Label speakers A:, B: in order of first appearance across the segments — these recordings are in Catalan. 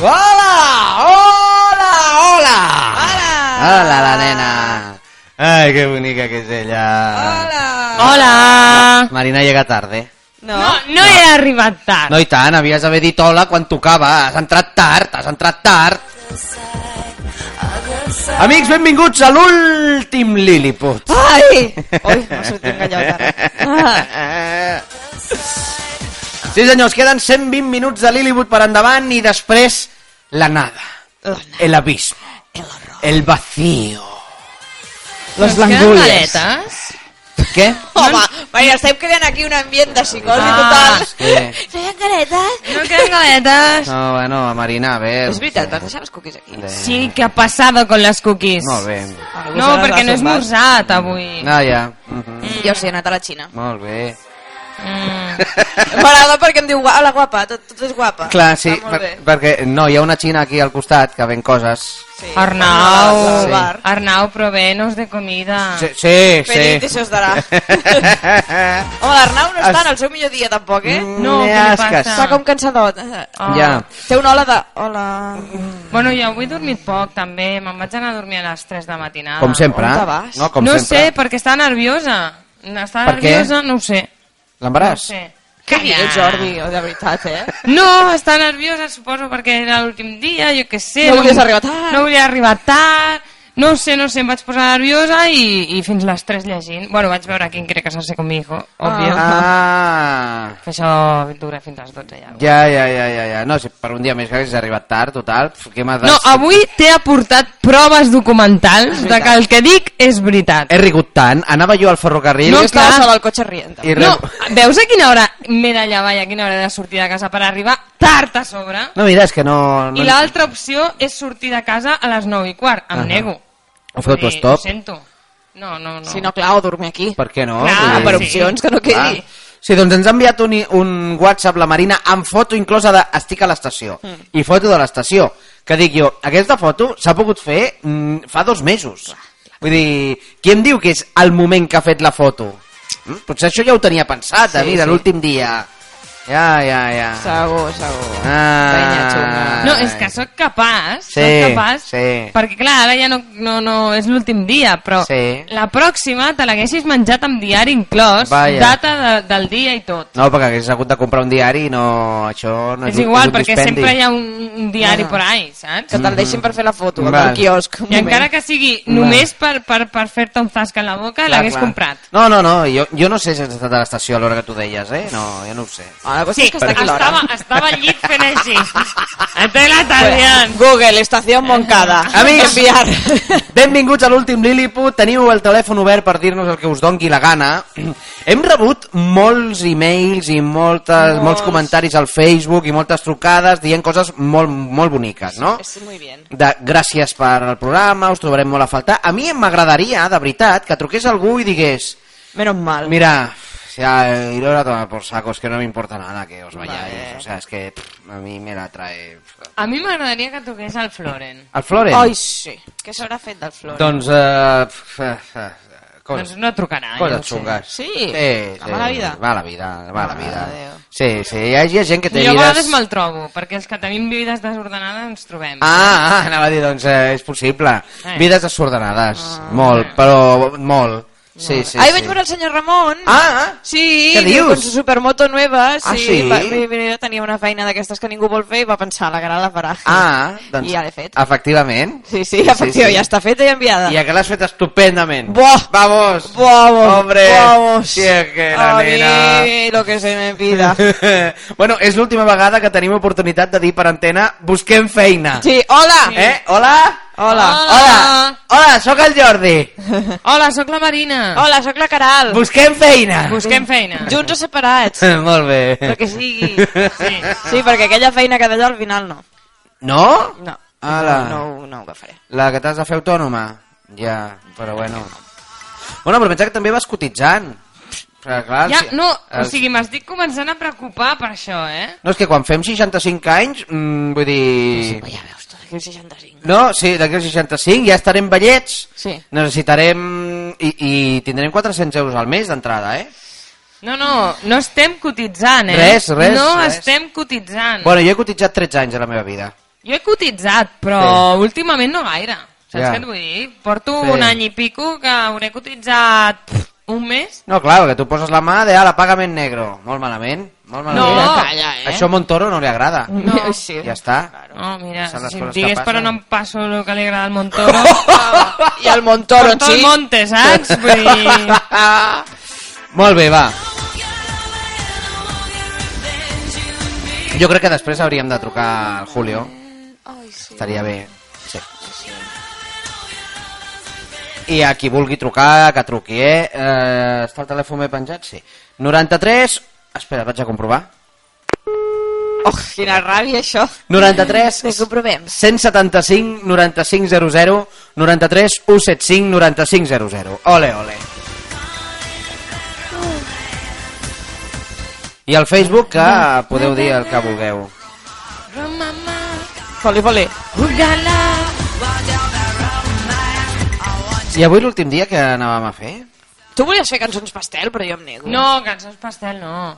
A: ¡Hola! ¡Hola! ¡Hola!
B: Hola.
A: ¡Hola, la nena! ¡Ay, qué bonica que es ella!
B: Hola!
C: Hola!
A: Marina llega tarde.
B: No.
C: No, no, he arribat tard.
A: No i tant, havies d'haver dit hola quan tocava. Has entrat tard, has entrat tard. Amics, benvinguts a l'últim Lilliput.
B: Ai! Ui, m'ha sortit enganyat ara. Ah,
A: Sí senyors, queden 120 minuts de Lilliput per endavant i després la nada,
B: dona,
A: el abismo,
B: el horror.
A: el vacío.
B: Los
C: Ens queden
B: langules.
C: maletes?
A: Què?
B: Home, Maria, estem creant aquí un ambient de psicosi
C: Ah.
B: total.
A: Què?
B: Feien caretes?
C: No queden galetes.
A: No, bueno, a Marina, a veure...
B: És veritat, vas deixar els cookies aquí.
A: Sí.
C: Sí, que ha pasado con las cookies.
A: Molt bé.
C: No, perquè no Mm. he esmorzat avui.
A: Ah, ja. Mhm.
B: Mm. Jo sí, he anat a la Xina.
A: Molt bé.
C: Mm.
B: M'agrada perquè em diu, "Gua- hola guapa, tot, tot és guapa.
A: Clar, sí,
B: Està molt
A: per,
B: bé.
A: perquè no, hi ha una xina aquí al costat que ven coses.
B: Sí.
C: Arnau,
B: Al bar.
C: Arnau, provenos de
B: Ah.
C: comida.
A: Sí, sí.
B: Feliz
A: sí.
B: se os dará. Home, l'Arnau no està en el seu millor dia, tampoc, eh?
A: Mm,
C: No, què li
A: llesques.
C: passa?
B: Està com cansadot.
C: Ah.
A: Ja.
B: Té una ola de... Hola...
C: Bueno, jo avui he dormit poc, també. Me'n vaig anar a dormir a les 3 de matinada.
A: Com sempre.
B: Ah, On te
A: eh?
B: vas?
A: No, com
C: no
A: sempre.
C: sé, perquè estava nerviosa. Estava
A: Per què?
C: nerviosa, no ho sé. No ho
A: L'embaràs?
C: sé.
B: Què
C: Calla.
B: dius, Jordi? De veritat, eh?
C: No, està nerviosa, suposo, perquè era l'últim dia, jo què sé.
B: No volies arribar tard.
C: No volia arribar tard. No ho sé, no ho sé, em vaig posar nerviosa i, i fins les 3 llegint. Bueno, vaig veure quin crec casarse con mi hijo, òbvio. Ah.
A: Ah,
C: Això dura fins les 12 ja.
A: ja, ja, ja, ja, ja. No, si per un dia més que hagués arribat tard, total, pf, què m'ha de...
C: No, avui t'he aportat proves documentals de que el que dic és veritat.
A: He rigut tant, anava jo al ferrocarril...
C: No,
B: Jo estava
C: clar.
B: sola al cotxe rient.
A: I re...
C: No, veus a quina hora m'he de llevar i a quina hora he de sortir de casa per arribar tard a sobre?
A: no mira, és que no... no...
C: I l'altra opció és sortir de casa a les 9 i quart. Em
A: Ahà.
C: nego.
A: Ho feu
C: Vull dir,
A: autostop?
C: Eh, Ho sento. No, no, no.
B: Si no, clar, o dormir aquí.
A: Per què no?
C: Clar,
A: Vull
B: Ah, per
A: dir-
C: sí.
B: opcions, que no quedi.
A: Ah. Sí, doncs ens ha enviat un, i- un WhatsApp la Marina amb foto inclosa de estic a l'estació
C: Mm.
A: i foto de l'estació, que dic jo, aquesta foto s'ha pogut fer mm, fa dos mesos. Vull dir, qui em diu que és el moment que ha fet la foto? Mm? Potser això ja ho tenia pensat, a mi, de l'últim dia. Ja, ja, ja.
B: Segur, segur.
A: Ah.
B: Penya xunga.
C: No, és que sóc capaç,
A: Sí,
C: sóc capaç,
A: sí.
C: perquè clar, ara ja no, no, no és l'últim dia, però
A: Sí.
C: la pròxima te l'haguessis menjat amb diari inclòs,
A: Vaja.
C: data de, del dia i tot.
A: No, perquè hagués hagut de comprar un diari i no... Això no
C: és,
A: és, un-
C: igual,
A: és un
C: perquè
A: dispendi. Mm.
C: sempre hi ha un, un diari
B: No, no.
C: por ahí, saps?
B: Que
A: Mm-hmm.
B: te'l deixin per fer la foto,
A: Val.
B: al quiosc. un
C: I
B: moment.
C: encara que sigui
A: Clar.
C: només per, per, per fer-te un zasca en la boca,
A: Clar,
C: l'hagués
A: clar.
C: comprat.
A: No, no, no, jo, jo no sé si has estat a l'estació a l'hora que tu deies, eh? No, jo no ho sé.
B: Ah, pues
C: Sí,
B: és que està aquí l'hora.
C: estava, estava al llit fent així. Entenc la tardiant.
B: Google, estación Moncada.
A: Amics.
B: Enviar.
A: Benvinguts a l'últim Lilliput. Teniu el telèfon obert per dir-nos el que us dongui la gana. Hem rebut molts e-mails i moltes, molts. molts comentaris al Facebook i moltes trucades dient coses molt, molt boniques, no?
B: Es muy bien.
A: De, gràcies per el programa, us trobarem molt a faltar. A mi m'agradaria, de veritat, que truqués algú i digués
B: Menos mal.
A: Mira, o sea, ir a tomar por sacos, que no me importa nada que os vayáis. O sea, es que pff, a mí me la trae... pff.
C: A mi m'agradaria que toqués el Floren.
A: El Florent?
B: Ai, sí. Què s'haurà fet del Flor?
A: Doncs... eh, pff, eh, eh,
C: Doncs no trucarà.
A: Coses
C: jo no ho sé.
A: xungues.
B: Sí?
A: sí,
B: La mala vida. Ah,
A: Mala vida, mala vida.
B: Déu.
A: Sí, sí, hi ha, hi ha gent que té
C: Jo a vegades
A: vides...
C: me'l trobo, perquè els que tenim vides desordenades ens trobem.
A: Ah, ah, anava a dir, doncs eh, és possible.
C: Eh.
A: Vides desordenades. Molt, però molt. Sí, sí,
B: Ahí
A: sí.
B: Ah. vaig veure el senyor Ramon.
A: Ah, ah.
B: Sí,
A: Què
B: diu,
A: dius?
B: con su supermoto nueva, sí,
A: Ah, sí?
B: Va, va, va, tenia una feina d'aquestes que ningú vol fer i va pensar, la gran la farà.
A: Ah, doncs...
B: I ja l'he fet.
A: Efectivament.
B: Sí, sí, efectiu, ja està feta i enviada.
A: I que l'has fet estupendament.
B: Buah.
A: Vamos.
B: Vamos,
A: Hombre.
B: vamos.
A: Sí, que la
B: A
A: nena.
B: mí, lo que se me pida.
A: bueno, és l'última vegada que tenim oportunitat de dir per antena busquem feina.
B: Sí, hola.
A: Eh? Hola?
B: Hola.
A: Hola. Hola, sóc el Jordi.
C: Hola, sóc la Marina.
B: Hola, sóc la Caral.
A: Busquem feina.
C: Busquem feina.
B: Junts o separats?
A: Molt bé.
B: El que sigui.
C: Sí.
B: Sí, perquè aquella feina que deia al final no.
A: No?
B: No.
A: Ala.
B: No, no, no ho faré.
A: La que t'has de fer autònoma? Ja, però bueno. Bueno, però pensa que també vas cotitzant. Però, clar,
C: Ja,
A: si-
C: no, o
A: els-
C: sigui, m'estic començant a preocupar per això, eh?
A: No, és que quan fem 65 anys, mm, vull dir...
B: Ja veus, tu, d'aquí un 65.
A: No, sí, d'aquí al 65 ja estarem vellets.
B: Sí.
A: Necessitarem... I, i tindrem 400 euros al mes d'entrada, eh?
C: No, no, no estem cotitzant, eh?
A: Res, res,
C: No
A: res.
C: estem cotitzant.
A: Bueno, jo he cotitzat 13 anys de la meva vida.
C: Jo he cotitzat, però
A: Sí.
C: últimament no gaire. Saps
A: Ja.
C: què et vull dir? Porto
A: Sí.
C: un any i pico que hauré cotitzat pff, un mes.
A: No, clar, que tu poses la mà de, ala, paga'm en negro. Molt malament, molt malament.
C: No.
B: Calla, eh?
A: Això a Montoro no li agrada.
C: No.
B: Sí.
A: Ja està.
C: No, mira,
A: Són les
C: si em
A: coses que
C: digués per
A: passen.
C: on em passo el que li agrada al Montoro...
B: I el Montoro,
C: per tot
B: sí.
C: el monte, saps? Vull dir...
A: Molt bé, va. Jo crec que després hauríem de trucar al Julio. Estaria bé. Sí. I a qui vulgui trucar, que truqui, eh? eh està el telèfon ben penjat? Sí. 93... Espera, vaig a comprovar.
B: Oh, quina ràbia, això.
A: 93...
B: Ho comprovem.
A: 175 9500 93 175 9500 Ole, ole I al Facebook que podeu dir el que vulgueu
B: Foli, foli.
A: I avui l'últim dia que anàvem a fer
B: Tu volies fer cançons pastel, però jo em nego.
C: No, cançons pastel no.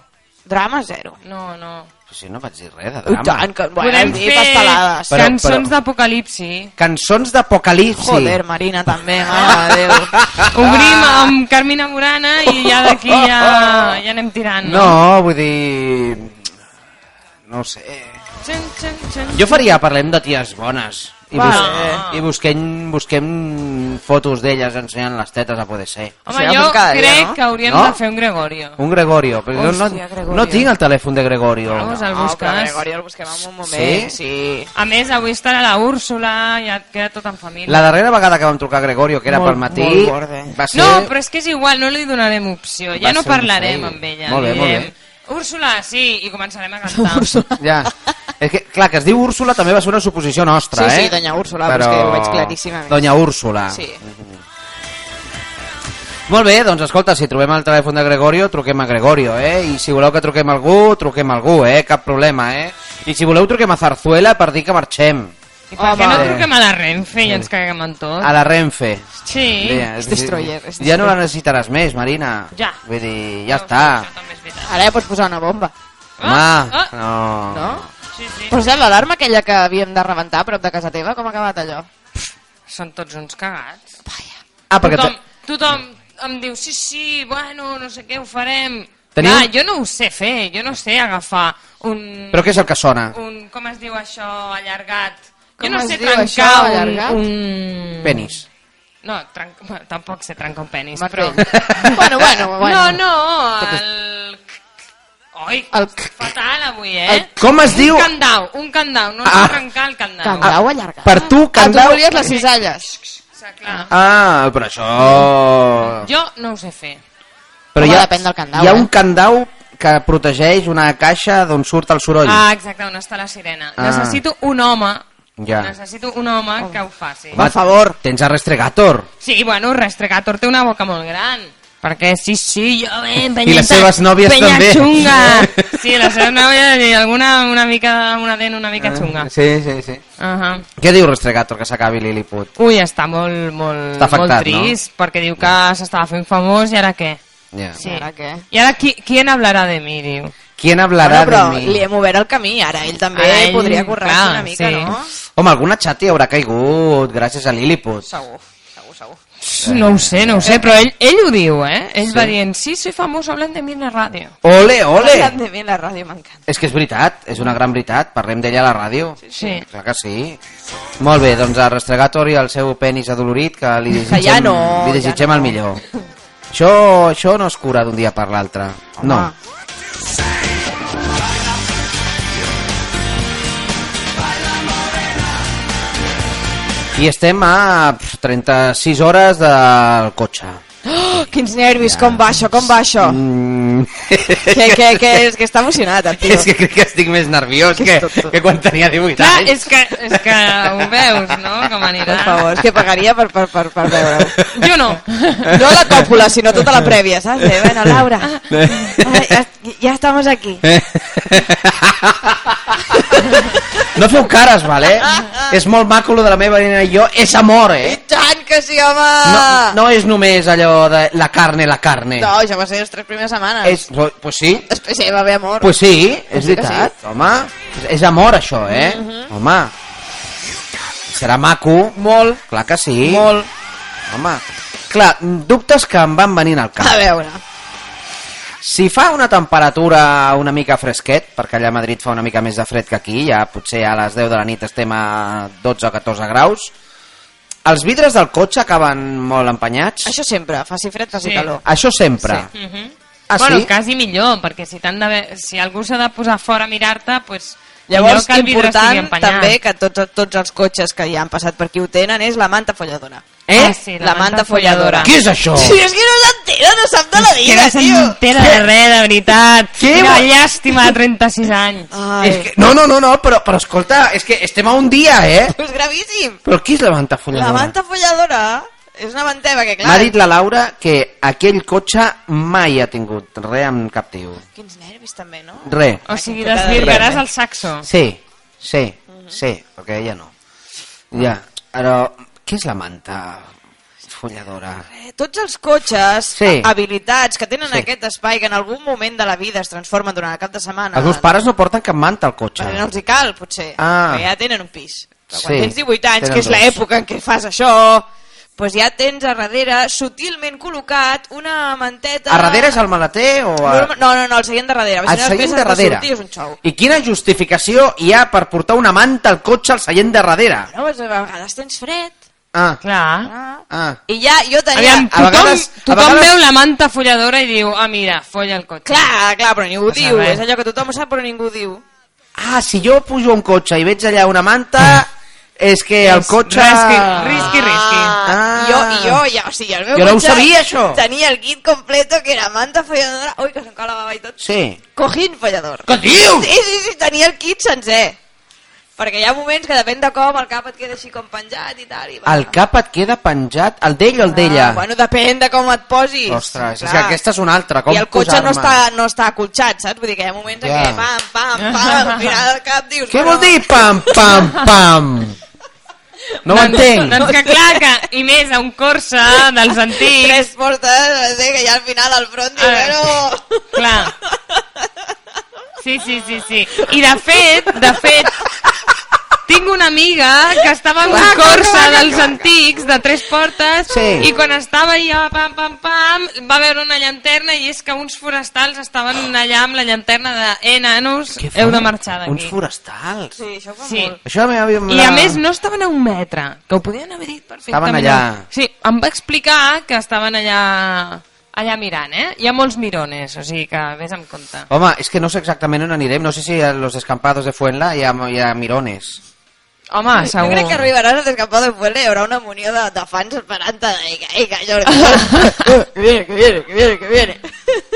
B: Drama zero.
C: No, no.
A: Però si no vaig dir res de
B: I
A: drama
B: tant, que bueno, Podem dir pastelades.
A: Però-
C: cançons
A: però-
C: d'apocalipsi.
A: Cançons d'apocalipsi
B: Joder, Marina, també, mare de Déu.
C: Obrim
B: Ah!
C: amb Carmina Morana i ja d'aquí ja, ja anem tirant.
A: No, vull dir... No ho sé
C: Txun, txun, txun.
A: Jo faria Parlem de ties bones i,
B: Va.
A: bus i busquem, busquem fotos d'elles ensenyant les tetes a poder ser.
C: Home,
B: Sí,
C: jo
B: doncs cada dia,
C: crec
B: no?
C: que hauríem
A: No?
C: de fer un Gregorio.
A: Un Gregorio, però jo no,
B: Hòstia, Gregorio.
A: no tinc el telèfon de Gregorio.
C: Vamos al
B: No, però
C: Ah, busques.
B: Gregori, el busquem en un moment.
A: Sí?
B: Sí?
C: A més, avui estarà la Úrsula, ja et queda tot en família.
A: La darrera vegada que vam trucar a Gregorio, que era
B: Molt-
A: pel matí,
B: molt eh? borde.
A: va ser...
C: No, però és que és igual, no li donarem opció.
A: Va
C: Ja no
A: ser un
C: parlarem
A: fail.
C: amb ella.
A: Molt bé,
C: li
A: molt bé.
C: direm, Úrsula, sí, i començarem a cantar.
A: Ja. És que, clar, que es diu Úrsula també va ser una suposició nostra,
B: Sí,
A: eh?
B: sí, doña Úrsula, però és que ho veig claríssimament.
A: Doña Úrsula.
B: Sí.
A: Molt bé, doncs escolta, si trobem el telèfon de Gregorio, truquem a Gregorio, eh? I si voleu que truquem a algú, truquem a algú, eh? Cap problema, eh? I si voleu truquem a Zarzuela per dir que marxem.
C: I per què no
B: Home.
C: truquem a la Renfe i ens caguem en tot?
A: A la Renfe.
C: Sí.
A: Bé,
B: és
A: dir,
B: destroyer, és
A: Ja no la necessitaràs més, Marina.
C: Ja.
A: Vull dir, ja
C: No,
A: està.
C: Això també és veritat.
B: Ara ja pots posar una bomba.
A: Home,
C: Ah, ah.
A: no.
B: No?
C: Sí, sí.
B: Posem l'alarma aquella que havíem de rebentar a prop de casa teva? Com ha acabat allò?
C: Són tots uns cagats.
A: Ah, perquè...
C: tothom,
A: te-
C: tothom em diu, sí, sí, bueno, no sé què, ho farem.
A: Teniu-
C: Clar, jo no ho sé fer, jo no sé agafar un...
A: Però què és el que sona?
C: un com es diu això, allargat?
B: Com
C: jo no
B: es
C: sé
B: diu
C: trencar
B: això,
C: un,
B: allargat?
C: un...
A: Penis.
C: No, trenc... bueno, tampoc sé trencar un penis,
B: Martell.
C: però...
B: bueno, bueno, bueno.
C: No, no, el... Oi,
B: El-
C: el... fatal avui, eh?
B: El-
A: Com es diu?
C: Un candau, un candau, no
A: Ah.
C: ah. trencar el candau.
B: Candau allargat.
A: Per tu,
B: Ah,
A: candau...
B: tu volies les cisalles.
C: O sigui, clar,
A: Ah, però això... Ah.
C: jo no ho sé fer.
A: Però
B: Home,
A: hi ha,
B: depèn del candau,
A: hi ha
B: eh?
A: un candau que protegeix una caixa d'on surt el soroll.
C: Ah, exacte, on està la sirena.
A: Ah.
C: Necessito un home,
A: ja.
C: necessito un home que ho faci.
A: Per favor. Tens a Restregator.
C: Sí, bueno, Restregator té una boca molt gran. Perquè sí, sí, jo ben, ben
A: I les seves nòvies
C: penya
A: també.
C: xunga. Sí, les seves nòvies i alguna una mica, una dent una
A: Ah.
C: mica xunga.
A: Sí, sí, sí.
C: Uh -huh.
A: Què diu Restregator que s'acabi Lilliput?
C: Ui, està molt, molt,
A: Està afectat,
C: molt trist, no? perquè diu que s'estava fent famós i ara què?
A: Ja.
C: Sí.
B: Ara què?
C: I ara qui, qui en hablarà de mi, diu?
A: Qui en
B: Bueno,
A: hablarà
B: però
A: de mi?
B: li hem obert el camí, ara ell també
C: Ara ell,
B: podria currar-se
C: clar,
B: una mica,
C: sí.
B: no?
A: Home, alguna xati haurà caigut gràcies a Lilliput.
B: Segur, segur, segur.
C: No ho sé, no ho sé, però ell, ell ho diu, eh? Ell va dient, sí, soy famoso, hablan de mí en la ràdio.
A: Ole, ole!
B: Parlant de mi a la ràdio m'encanta.
A: És que és veritat, és una gran veritat. Parlem d'ella a la ràdio.
C: Sí.
A: Clar que sí. Molt bé, doncs a Restregator i al seu penis adolorit que li desitgem,
B: ja no,
A: li
B: ja
A: desitgem
B: no.
A: el millor. Això, això no es cura d'un dia per l'altre. No. I estem a pf, 36 hores del cotxe.
B: Oh, quins nervis, com va això, com va això?
A: Mm.
B: que, que, que, és que està emocionat, el tio.
A: És que crec que estic més nerviós que,
B: tonto.
A: que quan tenia 18
C: Clar,
A: anys.
C: és que, és que ho veus, no?, com anirà.
B: Per favor, és que pagaria per, per, per, per veure-ho.
C: Jo no.
B: No la còpula, sinó tota la prèvia, saps? Eh, bueno, Laura,
A: Eh.
B: ai, ja, ja estamos aquí.
A: No feu cares, vale? És molt maco lo de la meva nena i jo. És amor, eh?
B: tant que sí, home!
A: No, no és només allò de la carne, la carne.
B: no ja va ser les tres primeres setmanes.
A: És, pues sí,
B: Després ja hi va haver amor.
A: pues sí, és
B: Sí que
A: veritat, home. És, és amor, això, eh? Home. serà maco.
B: Molt.
A: Clar que sí.
B: Molt.
A: Home, clar, dubtes que em van venint al cap.
B: A veure.
A: Si fa una temperatura una mica fresquet, perquè allà a Madrid fa una mica més de fred que aquí, ja potser a les 10 de la nit estem a 12 o 14 graus, els vidres del cotxe acaben molt empanyats?
B: Això sempre, faci fred, faci
C: Sí.
B: calor.
A: Això sempre.
C: Mhm.
A: Ah,
C: bueno,
A: sí?
C: quasi millor, perquè si, t'han de... si algú s'ha de posar fora a mirar-te, pues,
B: Llavors,
C: millor que el vidre estigui
B: important
C: empanyat.
B: també que tots, tots els cotxes que ja han passat per aquí ho tenen és la manta folladora.
A: Eh?
C: Ah, sí, la,
B: La manta folladora.
A: Què és això?
B: Sí, és que no s'entera, no sap de la
C: Que no
B: vida,
C: se'n
B: tio.
C: entera de res, de veritat.
A: Què
C: Quina
A: vol-
C: llàstima, 36 anys.
B: Ai,
A: És que, no, no, no, no però, però escolta, és que estem a un dia, eh?
B: és gravíssim.
A: Però qui és la manta folladora?
B: La manta folladora és una manteva que, clar...
A: M'ha dit la Laura que aquell cotxe mai ha tingut res amb captiu.
B: Quins nervis, també, no?
A: Res.
C: O sigui,
B: que cada
C: desvirgaràs
A: dia.
C: el saxo.
A: Sí, sí, sí, perquè ella no. Ja, però què és la manta folladora?
B: Eh, Tots els cotxes
A: Sí.
B: ha- habilitats que tenen
A: Sí.
B: aquest espai que en algun moment de la vida es transformen durant el cap de setmana...
A: Els meus pares no porten cap manta al cotxe.
B: Perquè no els hi cal, potser.
A: Ah.
B: Perquè ja tenen un pis. Però quan
A: Sí,
B: tens 18 anys,
A: tenen
B: que és
A: dos.
B: l'època en què fas això, doncs ja tens a darrere, sutilment col·locat, una manteta...
A: A darrere és el maleter o... A...
B: Norma- No, no, no, el seient de darrere. perquè
A: El
B: si no
A: seient
B: després
A: de
B: has
A: darrere.
B: Sortir, és un xou.
A: I quina justificació hi ha per portar una manta al cotxe al seient de darrere?
B: No, doncs a vegades tens fred.
A: Ah,
C: Clar.
B: Ah.
A: ah.
B: I ja jo tenia...
C: Aviam,
A: a
C: tothom,
A: vegades- a
C: tothom
A: vegades-
C: veu la manta folladora i diu, ah, mira, folla el cotxe.
B: Clar, clar, però ningú ho
C: No passa
B: diu. És
C: res.
B: allò que tothom ho sap, però ningú ho diu.
A: Ah, si jo pujo a un cotxe i veig allà una manta, és que el
C: És
A: cotxe...
C: risqui, risqui, risqui.
A: Ah.
B: Ah, jo, i jo, ja, o sigui, el meu
A: Jo no ho
B: cotxe
A: sabia, això.
B: Tenia el kit completo que era manta folladora... Ui, que se'm cau la baba i tot.
A: Sí.
B: Cojín follador.
A: Què dius?
B: Sí, sí, sí, tenia el kit sencer. Perquè hi ha moments que depèn de com el cap et queda així com penjat i tal. I va.
A: El cap et queda penjat, el d'ell o el d'ella?
B: Ah, bueno, depèn de com et posis.
A: Ostres, és
B: clar.
A: que aquesta és una altra. Com
B: I el cotxe no
A: posar-me?
B: està, no està acolxat, saps? Vull dir que hi ha moments en
A: Ja.
B: què pam, pam, pam, mirada al cap, dius...
A: Què
B: bueno,
A: vol dir pam, pam, pam? No ho
C: Doncs-
A: entenc.
C: Doncs que clar que, i més a un Corsa dels antics,
B: Tres portes, no sé, que ja al final al front diu,
C: Ah.
B: bueno...
C: clar. Sí, sí, sí, sí. I de fet, de fet, tinc una amiga que estava en un
A: Clar, clar,
C: Corsa
A: clar,
C: dels
A: clar.
C: antics, de tres portes,
A: Sí.
C: i quan estava allà, pam, pam, pam, va veure una llanterna i és que uns forestals estaven allà amb la llanterna de, eh, nanos,
A: Què fan?
C: heu de
A: Uns
C: marxar d'aquí.
A: forestals.
B: Sí, això ho fa
C: Sí.
B: molt.
A: Això m'ha
C: I a més no estaven a un metre, que ho podien haver dit perfectament.
A: Estaven allà.
C: Sí, em va explicar que estaven allà allà mirant, eh? Hi ha molts mirones, o sigui que vés amb compte.
A: Home, és que no sé exactament on anirem. No sé si a los descampados de Fuenla hi ha, hi ha mirones.
C: Home, segur.
B: Jo crec que arribaràs al descampado del pueblo i hi haurà una munió de, de fans esperant-te de... Vinga, vinga, Jordi. "Eh, que viene, que viene, que viene, que viene.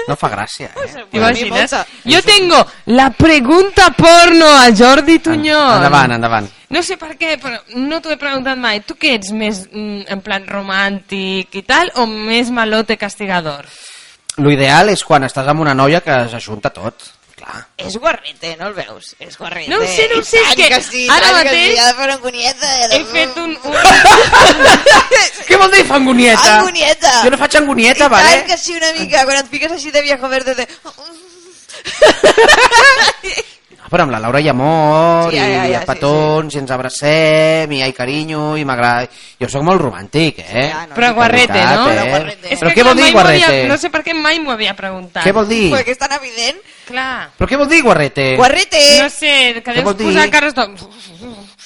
A: No fa gràcia, eh?
C: T'imagines?
B: A mi
C: Jo tengo la pregunta porno a Jordi Tuñón.
A: Endavant, endavant.
C: No sé per què, però no t'ho he preguntat mai. Tu què ets, més mm, en plan romàntic i tal, o més malote castigador?
A: Lo ideal és quan estàs amb una noia que s'ajunta tot. Clar.
B: És guarrete, no el veus? És guarrete.
C: No ho sé, no ho sé,
B: I tant
C: és que
B: sí, i
C: ara
B: tant
C: mateix
B: Que sí, ha de fer una conyeta.
C: He fet un... un...
A: Què vol dir fangonieta?
B: Angonieta.
A: Jo no faig angonieta,
B: I
A: vale?
B: tant que sí, una mica. Quan et fiques així de "Mm, viejo verde, de...
A: No, però amb la Laura hi ha amor,
B: Sí,
A: sí,
B: ja, ja,
A: i hi
B: ja,
A: ha
B: sí,
A: petons, i ens abracem, i hi ha carinyo, i m'agrada... Jo sóc molt romàntic, eh?
B: ja, no,
C: Però
A: De
C: guarrete,
A: veritat,
C: no?
A: Eh?
B: Però guarrete.
C: És
A: Però
C: que,
A: què
C: clar,
A: vol dir
C: mai m'ho
A: guarrete?
C: Havia, no sé per què mai m'ho havia preguntat.
A: Què vol dir?
B: Perquè és tan evident.
C: Clar.
A: Però què vol dir guarrete?
B: Guarrete.
C: No sé, que deus
A: vol dir?
C: posar cares de...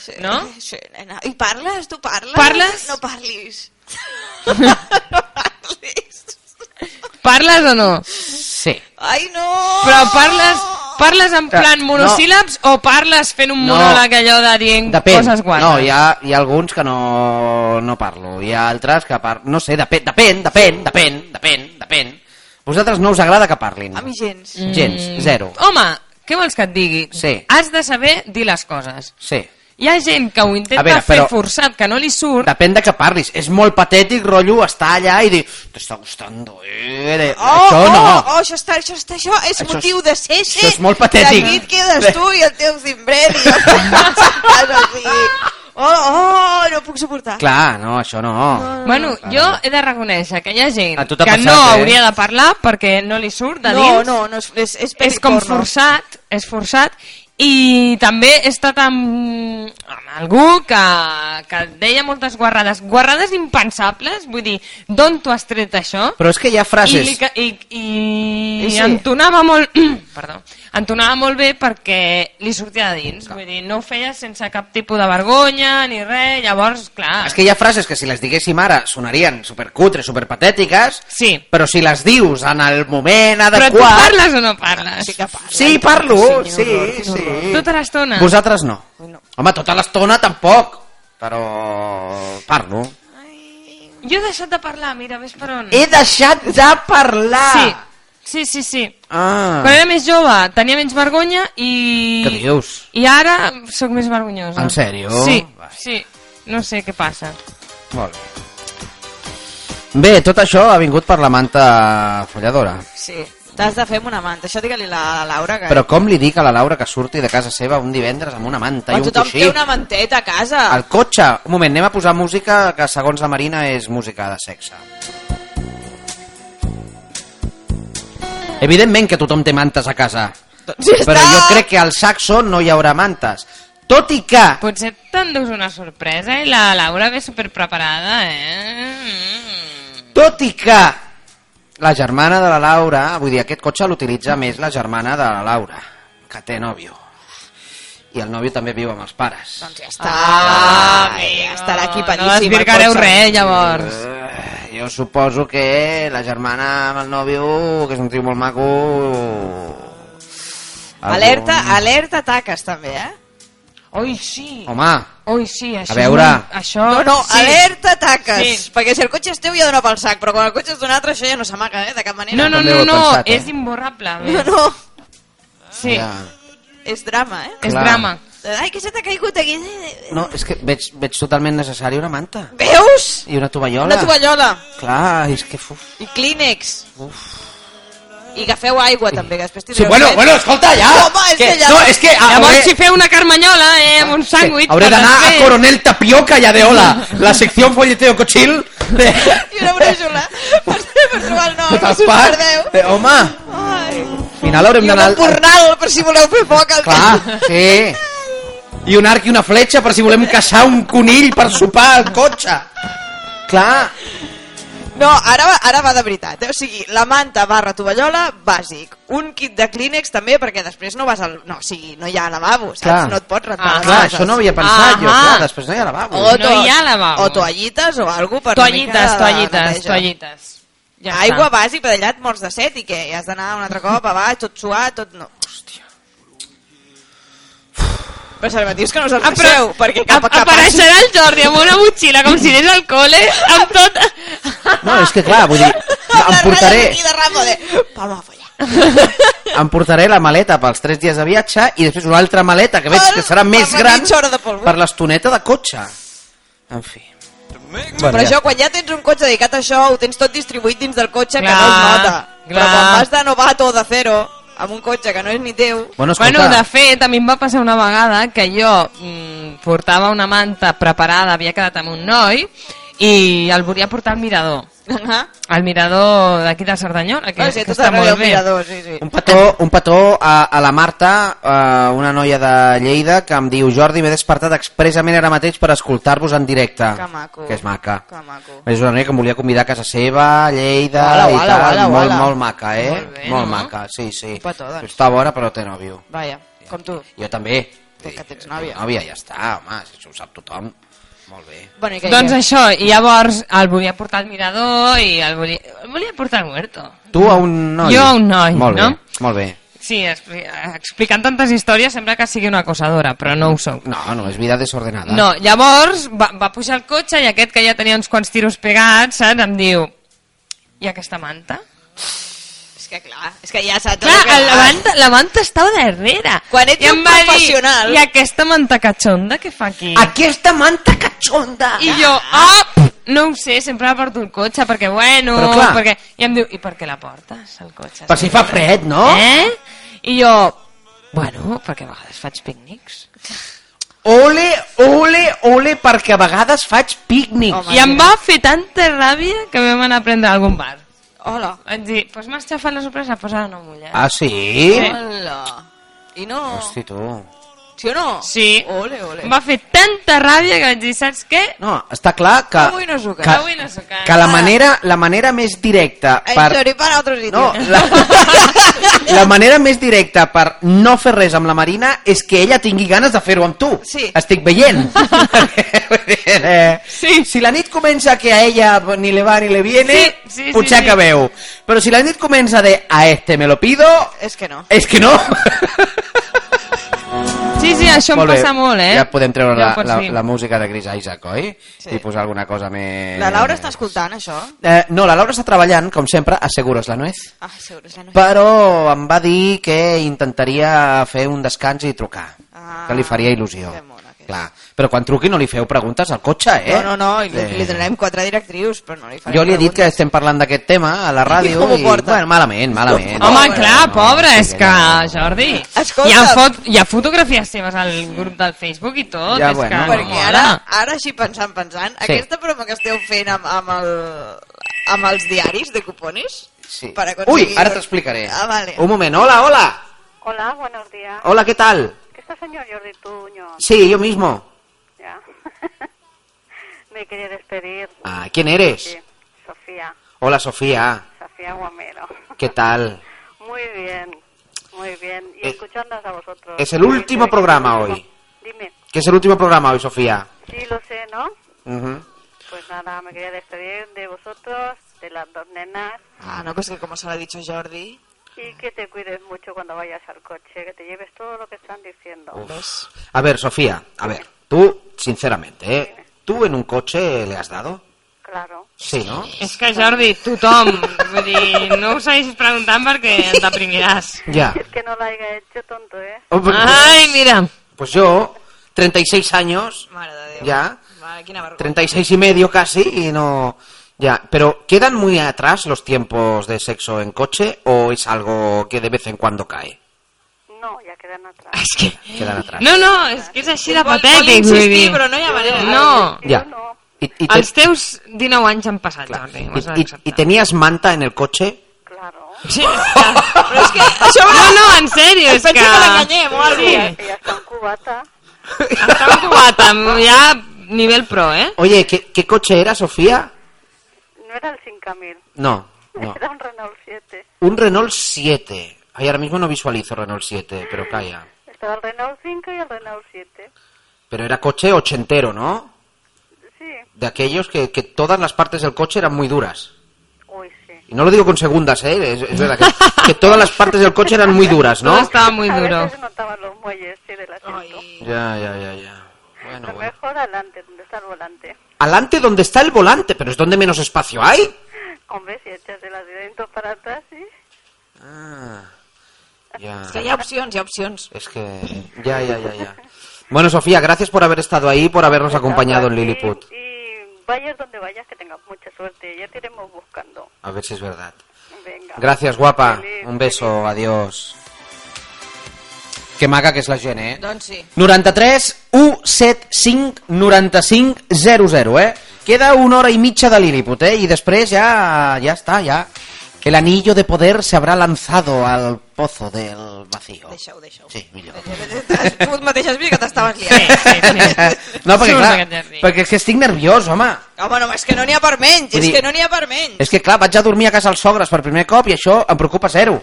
B: Sí,
C: No?
B: Sí, nena. I parles? Tu parles?
C: Parles?
B: No parlis. no parlis.
C: Parles o no?
A: Sí.
B: Ai, no!
C: Però parles, parles en
A: Clar,
C: plan
A: no.
C: monosíl·labs o parles fent un
A: No.
C: monòleg allò de dient
A: Depèn.
C: coses guanes?
A: No, hi ha, hi ha alguns que no, no parlo. Hi ha altres que par... No sé, depèn, depèn, depèn, depèn, depèn, depèn. Vosaltres no us agrada que parlin.
B: A mi gens.
A: Gens,
C: Mm.
A: zero.
C: Home, què vols que et digui?
A: Sí.
C: Has de saber dir les coses.
A: Sí.
C: Hi ha gent que ho intenta
A: A veure,
C: fer
A: però-
C: forçat, que no li surt.
A: Depèn de que parlis. És molt patètic, rotllo, estar allà i dir... T'està gustando, eh?
B: Oh,
A: Això no.
B: oh, oh, això està, això està, això és
A: Això és-
B: motiu de ser,
A: això és molt patètic.
B: Aquí et quedes tu i el teu cimbret i jo estàs així. Oh, oh, no ho puc suportar.
A: Clar, no, això no.
C: Bueno, jo he de reconèixer que hi ha gent
A: Ah. A
C: que
A: tu t'ha passat,
C: no
A: eh?
C: hauria de parlar perquè no li surt de
B: no,
C: dins.
B: no, no, és, és, és
C: és com
B: porno.
C: forçat, és forçat, I també he estat amb, amb algú que, que deia moltes guarrades, guarrades impensables, vull dir, d'on tu has tret això?
A: Però és que hi ha
C: I,
A: frases...
C: li, ca- i, i,
A: I
C: I
A: sí.
C: sí. entonava molt perdó, entonava molt bé perquè li sortia de dins, vull dir, no ho feia sense cap tipus de vergonya ni res, llavors, clar...
A: És que hi ha frases que si les diguéssim ara sonarien supercutres, superpatètiques,
C: Sí,
A: però si les dius en el moment
C: però tu
A: adequat...
C: parles o no parles?
B: Sí que parla.
A: Sí, Mm. parlo,
B: quin
A: sí,
B: horror, quin
A: sí.
B: horror.
C: Tota l'estona.
A: Vosaltres no.
B: Ui, no.
A: Home, tota l'estona tampoc, però parlo.
C: Jo he deixat de parlar, mira, ves per on.
A: He deixat de parlar!
C: Sí, sí, sí, sí.
A: Ah,
C: Quan era més jove tenia menys vergonya i...
A: Què dius?
C: I ara sóc més vergonyosa.
A: En sèrio?
C: Sí,
A: Vai.
C: sí. No sé què passa.
A: molt bé. Bé, tot això ha vingut per la manta folladora.
B: Sí. T'has de fer amb una manta. Això digue-li a la Laura que...
A: Però com li dic a la Laura que surti de casa seva un divendres amb una manta
B: Però
A: i un
B: tothom
A: coixí?
B: té una manteta a casa.
A: Al cotxe. Un moment, anem a posar música que segons la Marina és música de sexe. Evidentment que tothom té mantes a casa.
B: Doncs ja
A: Però
B: està.
A: jo crec que al saxo no hi haurà mantes. Tot i que...
C: Potser te'n dus una sorpresa i la Laura ve superpreparada, eh? Mm.
A: Tot i que... La germana de la Laura... Vull dir, aquest cotxe l'utilitza més la germana de la Laura, que té nòvio. I el nòvio també viu amb els pares.
B: Doncs ja està. Ah,
C: No,
B: estarà
C: No
B: equipadíssim. el
C: desvirgareu
B: cotxe.
C: res, llavors.
A: Eh, Jo suposo que la germana amb el nòvio, que és un tio molt maco... algun-
B: Alerta, alerta taques, també, eh?
C: Oi, sí.
A: Home,
C: Oi, sí, això...
A: A veure.
C: és molt- Això...
B: No, no,
C: sí.
B: alerta taques.
C: Sí.
B: Perquè si el cotxe és teu ja dona pel sac, però quan el cotxe és d'un altre això ja no s'amaga, eh? De cap manera.
C: No, no,
A: També ho
C: no,
A: he
C: no,
A: pensat, eh?
C: és imborrable. a
B: No,
C: més.
B: no.
C: Sí,
A: ja.
B: És drama, eh?
C: és
A: Clar.
C: drama.
B: Ai, que se t'ha caigut aquí.
A: no, és que veig, veig totalment necessari una manta
B: Veus?
A: i una tovallola.
B: Una tovallola.
A: Clar, és que... Uf.
B: I Kleenex. I agafeu aigua, també, que després tindreu... fred.
A: escolta, ja!
B: Home, és que ja-
A: que... ah,
C: Llavors,
A: hauré-
C: si feu una carmanyola, eh, amb un sàndwich...
A: Hauré
C: quan
A: d'anar
C: les
A: a
C: feu-
A: Coronel Tapioca, ja de hola, la secció folleteo cochil de...
B: I una brejula. per, per trobar el nom,
A: de
B: no us
A: Taspar.
B: perdeu.
A: Eh, Home,
B: Ai.
A: al final haurem
B: I un
A: d'anar... al-
B: empurnal, per si voleu fer poc. Al...
A: Clar, sí. I un arc i una fletxa per si volem caçar un conill per sopar al cotxe. Clar.
B: No, ara, va- ara va de veritat. Eh? O sigui, la manta barra tovallola, bàsic. Un kit de Kleenex també, perquè després no vas al... No, o sigui, no hi ha lavabo, saps?
A: Clar.
B: No et pots rentar
C: Ah,
B: les
A: Clar,
B: coses.
A: això no havia pensat jo.
C: Ahà.
A: Clar, després no hi ha lavabo.
B: O
C: No
B: to-
C: hi ha lavabo.
B: O toallites o alguna per una mica
C: Toallites,
B: de
C: toallites,
B: neteja.
C: toallites. Ja
B: Aigua
C: està.
B: bàsic, però allà et mors de set i què? I has d'anar un altre cop a baix, tot suat, tot... No. Hòstia. Però se me dius que no us el
C: Ah, però
B: passeu, perquè cap a cap... eh.
C: apareixerà el Jordi amb una motxilla com si anés al col·le amb tot...
A: No, és que clar, vull dir, em portaré,
B: Aquí de Rambo de... Vamos a follar.
A: em portaré la maleta pels 3 dies de viatge i després una altra maleta que veig que serà
B: Per-
A: més
B: per la
A: gran
B: mitja hora de polvo.
A: per l'estoneta de cotxe. En fi. Bueno,
B: però
A: ja.
B: això, quan ja tens un cotxe dedicat a això, ho tens tot distribuït dins del cotxe que no es
C: Clar,
B: nota. Però
C: clar.
B: quan vas de novato o de zero, amb un cotxe que no és ni teu...
A: Bueno, escolta,
C: Bueno, de fet, a mi em va passar una vegada que jo mm, portava una manta preparada, havia quedat amb un noi, i el volia portar al mirador.
B: Ah,
C: Al mirador d'aquí de Cerdanyola, que,
B: bueno, Ah, sí,
C: que
B: tot
C: està
B: arreu hi ha
C: molt
B: un
C: bé.
B: mirador, sí, sí.
A: un petó, un petó a, a la Marta, eh, una noia de Lleida, que em diu Jordi, m'he despertat expressament ara mateix per escoltar-vos en directe.
B: Que maco.
A: Que és maca.
B: Que maco.
A: És una noia que em volia convidar a casa seva, a Lleida
B: Uala,
A: i
B: uala,
A: tal.
B: uala,
A: molt,
B: uala.
A: molt maca, eh?
C: Molt bé,
A: molt
C: no?
A: maca, sí, sí.
B: petó, doncs.
A: Està bona, però té nòvio.
B: Vaja, com tu.
A: Jo també.
B: Tu que tens
A: Té
B: nòvia.
A: Nòvia, ja està, home, si això ho sap tothom. Molt bé.
B: Bueno, i què,
C: Doncs
B: què?
C: això, i llavors el volia portar al mirador i el volia, el volia portar al huerto.
A: Tu a un noi?
C: Jo a un noi,
A: molt
C: no?
A: Bé, molt bé.
C: Sí, expli- explicant tantes històries sembla que sigui una acosadora, però no ho soc.
A: No, no, és vida desordenada.
C: No, llavors va, va pujar al cotxe i aquest que ja tenia uns quants tiros pegats, saps, em diu i aquesta manta?
B: És que clar, és que ja s'ha
C: Clar, el- la manta, la manta estava darrere.
B: Quan ets
C: I em
B: un
C: va dir,
B: professional.
C: I aquesta manta catxonda què fa aquí?
A: Aquesta manta catxonda!
C: I jo, op! No ho sé, sempre la porto el cotxe, perquè bueno...
A: Ah. Però clar.
C: Perquè... I em diu, i per què la portes, el cotxe?
A: Per si fa fred, no?
C: Eh? I jo, bueno, perquè a vegades faig pícnics.
A: Ole, ole, ole, perquè a vegades faig pícnic.
B: Home.
C: I em va fer tanta ràbia que vam anar a prendre a algun bar.
B: Ah, Hola.
C: eh?" Vaig dir, doncs m'has xafat la sorpresa, doncs ara no muller.
A: Ah, sí?
B: Hola. I no...
A: Hosti, tu.
B: Sí o no?
C: Sí.
B: Ole, ole.
C: Em va fer tanta ràbia que vaig dir, saps què?
A: No, està clar Ah, que...
B: Avui no s'ho cal.
C: Avui no s'ho cal.
A: Que la manera, la manera més directa per...
B: Enxori per altres sitio.
A: No, la, la manera més directa per no fer res amb la Marina és que ella tingui ganes de fer-ho amb tu.
B: Sí.
A: Estic veient. eh,
C: Sí.
A: Si la nit comença que a ella ni le va ni le viene,
C: Sí, sí, sí,
A: potser
C: sí.
A: acabeu. Però si la nit comença de a este me lo pido,
B: És que no.
A: és que no.
C: Sí, sí, això em
A: bé,
C: passa molt, eh?
A: Ja podem treure
C: Ja
A: la,
C: pots
A: la,
C: dir.
A: la música de Chris Isaac, oi?
B: Sí.
A: I posar alguna cosa més...
B: La Laura està escoltant això?
A: Eh, no, la Laura està treballant, com sempre, a Seguros la Nuez.
B: Ah, segur, és la noia.
A: però em va dir que intentaria fer un descans i trucar.
B: Ah,
A: que li faria il·lusió.
B: que mona que és.
A: Clar. Però quan truqui no li feu preguntes al cotxe, eh?
B: No, no, no, i li,
A: Eh,
B: li donarem quatre directrius, però no li farem
A: Jo li he dit que
B: preguntes.
A: estem parlant d'aquest tema a la ràdio
B: com ho
A: i...
B: porta?
A: Bueno, malament, malament.
C: Home,
B: Pobre,
C: clar,
A: No,
C: pobre,
A: sí,
C: és que, Jordi,
B: Escolta.
C: hi ha, fot, hi ha fotografies seves al grup del Facebook i tot,
A: Ja,
C: és
A: bueno.
C: que...
B: Perquè
C: mola.
B: ara, ara així pensant, pensant,
A: Sí.
B: aquesta broma que esteu fent amb, amb, el, amb els diaris de cupones...
A: Sí.
B: per
A: Ui,
B: aconseguir-
A: ara t'explicaré. Um.
B: Ah, vale.
A: Un moment, hola, hola.
D: Hola, buenos días.
A: Hola, ¿qué tal?
D: Este señor Jordi Tuño,
A: Sí, yo mismo.
D: ya. Me quería despedir.
A: Ah, ¿quién eres?
D: Sí, Sofía,
A: Hola, Sofía.
D: Sofía Guamero.
A: ¿Qué tal?
D: Muy bien, muy bien. Y
A: Eh,
D: escuchándonos a vosotros.
A: es el último
D: Sí, sí,
A: programa
D: sí.
A: hoy.
D: Dime,
A: ¿Qué es el último programa hoy, Mhm. Sofía?
D: sí lo sé, ¿no?
A: Ujú.
D: Pues nada, me quería despedir de vosotros, de las dos nenas,
B: Ah, no, que és que com se l'ha dit Jordi...
D: y que te cuides mucho cuando vayas al coche, que te lleves todo lo que están diciendo.
B: Ves?
A: A ver, Sofía, a ver, tú, sinceramente, ¿eh? ¿tú en un coche le has dado?
D: Claro.
A: Sí, ¿no?
C: És que, Jordi, tothom, vull dir, no ho seguis preguntant perquè et deprimiràs.
A: Ya.
D: Es que no la haya hecho tonto, ¿eh?
C: Ai, mira,
A: Pues yo, 36 años,
B: Mare de Déu.
A: ya,
B: Mare, quina vergonya.
A: 36 y medio casi, y no... Ya, pero ¿quedan muy atrás los tiempos de sexo en coche o es algo que de vez en cuando cae?
D: No, ya quedan atrás.
A: Ah,
C: és que...
A: Quedan atrás.
C: No, no, és que és així de
B: Vol- vol
C: patètic, vull dir.
B: insistir, però no hi ha manera.
C: No,
A: Ya. ¿Y, y te-
C: els teus 19 anys han passat,
A: claro.
C: Jordi, ho has
A: ¿Y- y-
C: d'acceptar.
A: y tenías manta en el coche?
D: Claro.
C: Sí, és que...
B: Però és que això va...
C: No, no, en sèrio, és
B: Pensa
C: que...
B: que l'enganyem o alguna cosa.
D: Ella está en cubata.
C: Està un cubata, ja nivell pro, eh?
A: Oye, ¿qué, qué coche era, Sofía?
D: No era el 5000,
A: No, no.
D: era un Renault 7.
A: Un Renault 7. Ay, ahora mismo no visualizo Renault 7, pero calla.
D: Estaba el Renault 5 y el Renault 7.
A: Pero era coche ochentero, ¿no?
D: Sí,
A: De aquellos que, que todas las partes del coche eran muy duras.
D: hoy sí.
A: Y no lo digo con segundas, ¿eh? Es, es verdad que, que todas las partes del coche eran muy duras,
C: No?
A: ¿no?
C: estava muy
D: A
C: duro.
D: veces se notaban los muelles, sí, del asiento.
A: Ya, ya, ya, ya. Bueno,
D: Lo
A: bueno.
D: mejor adelante, donde está el volante.
A: Alante donde está el volante, pero es donde menos espacio hay.
D: Hombre, si echas el asiento para atrás, sí.
A: Ah, ya.
B: És que hi ha opcions, hi ha opcions.
A: Es que... Ya, ya, ya, ya. Bueno, Sofía, gracias por haber estado ahí, por habernos acompañado en
D: Aquí,
A: Lilliput.
D: Y vayas donde vayas, que tengas mucha suerte. Ya te iremos buscando.
A: A ver si es verdad.
D: Venga.
A: Gracias, guapa.
D: Feliz,
A: Un beso, adiós. Que maca que és la gent, eh?
B: Doncs sí.
A: 93 175 95 00, eh? Queda una hora i mitja de Lilliput, eh? I després ja, ja està, ja. El anillo de poder se habrá lanzado al pozo del vacío.
B: Deixa-ho, deixa-ho.
A: Sí, millor.
B: Tu mateix has vist que t'estaves
C: Sí,
B: liant.
C: sí, sí.
A: No, perquè
C: Surt
A: clar,
C: d'aquest jardí.
A: perquè és que estic nerviós, home.
B: Home, no, és que no n'hi ha per menys,
A: Vull
B: és
A: dir-
B: que no n'hi ha per menys.
A: És que clar, vaig a dormir a casa els sogres per primer cop i això em preocupa zero.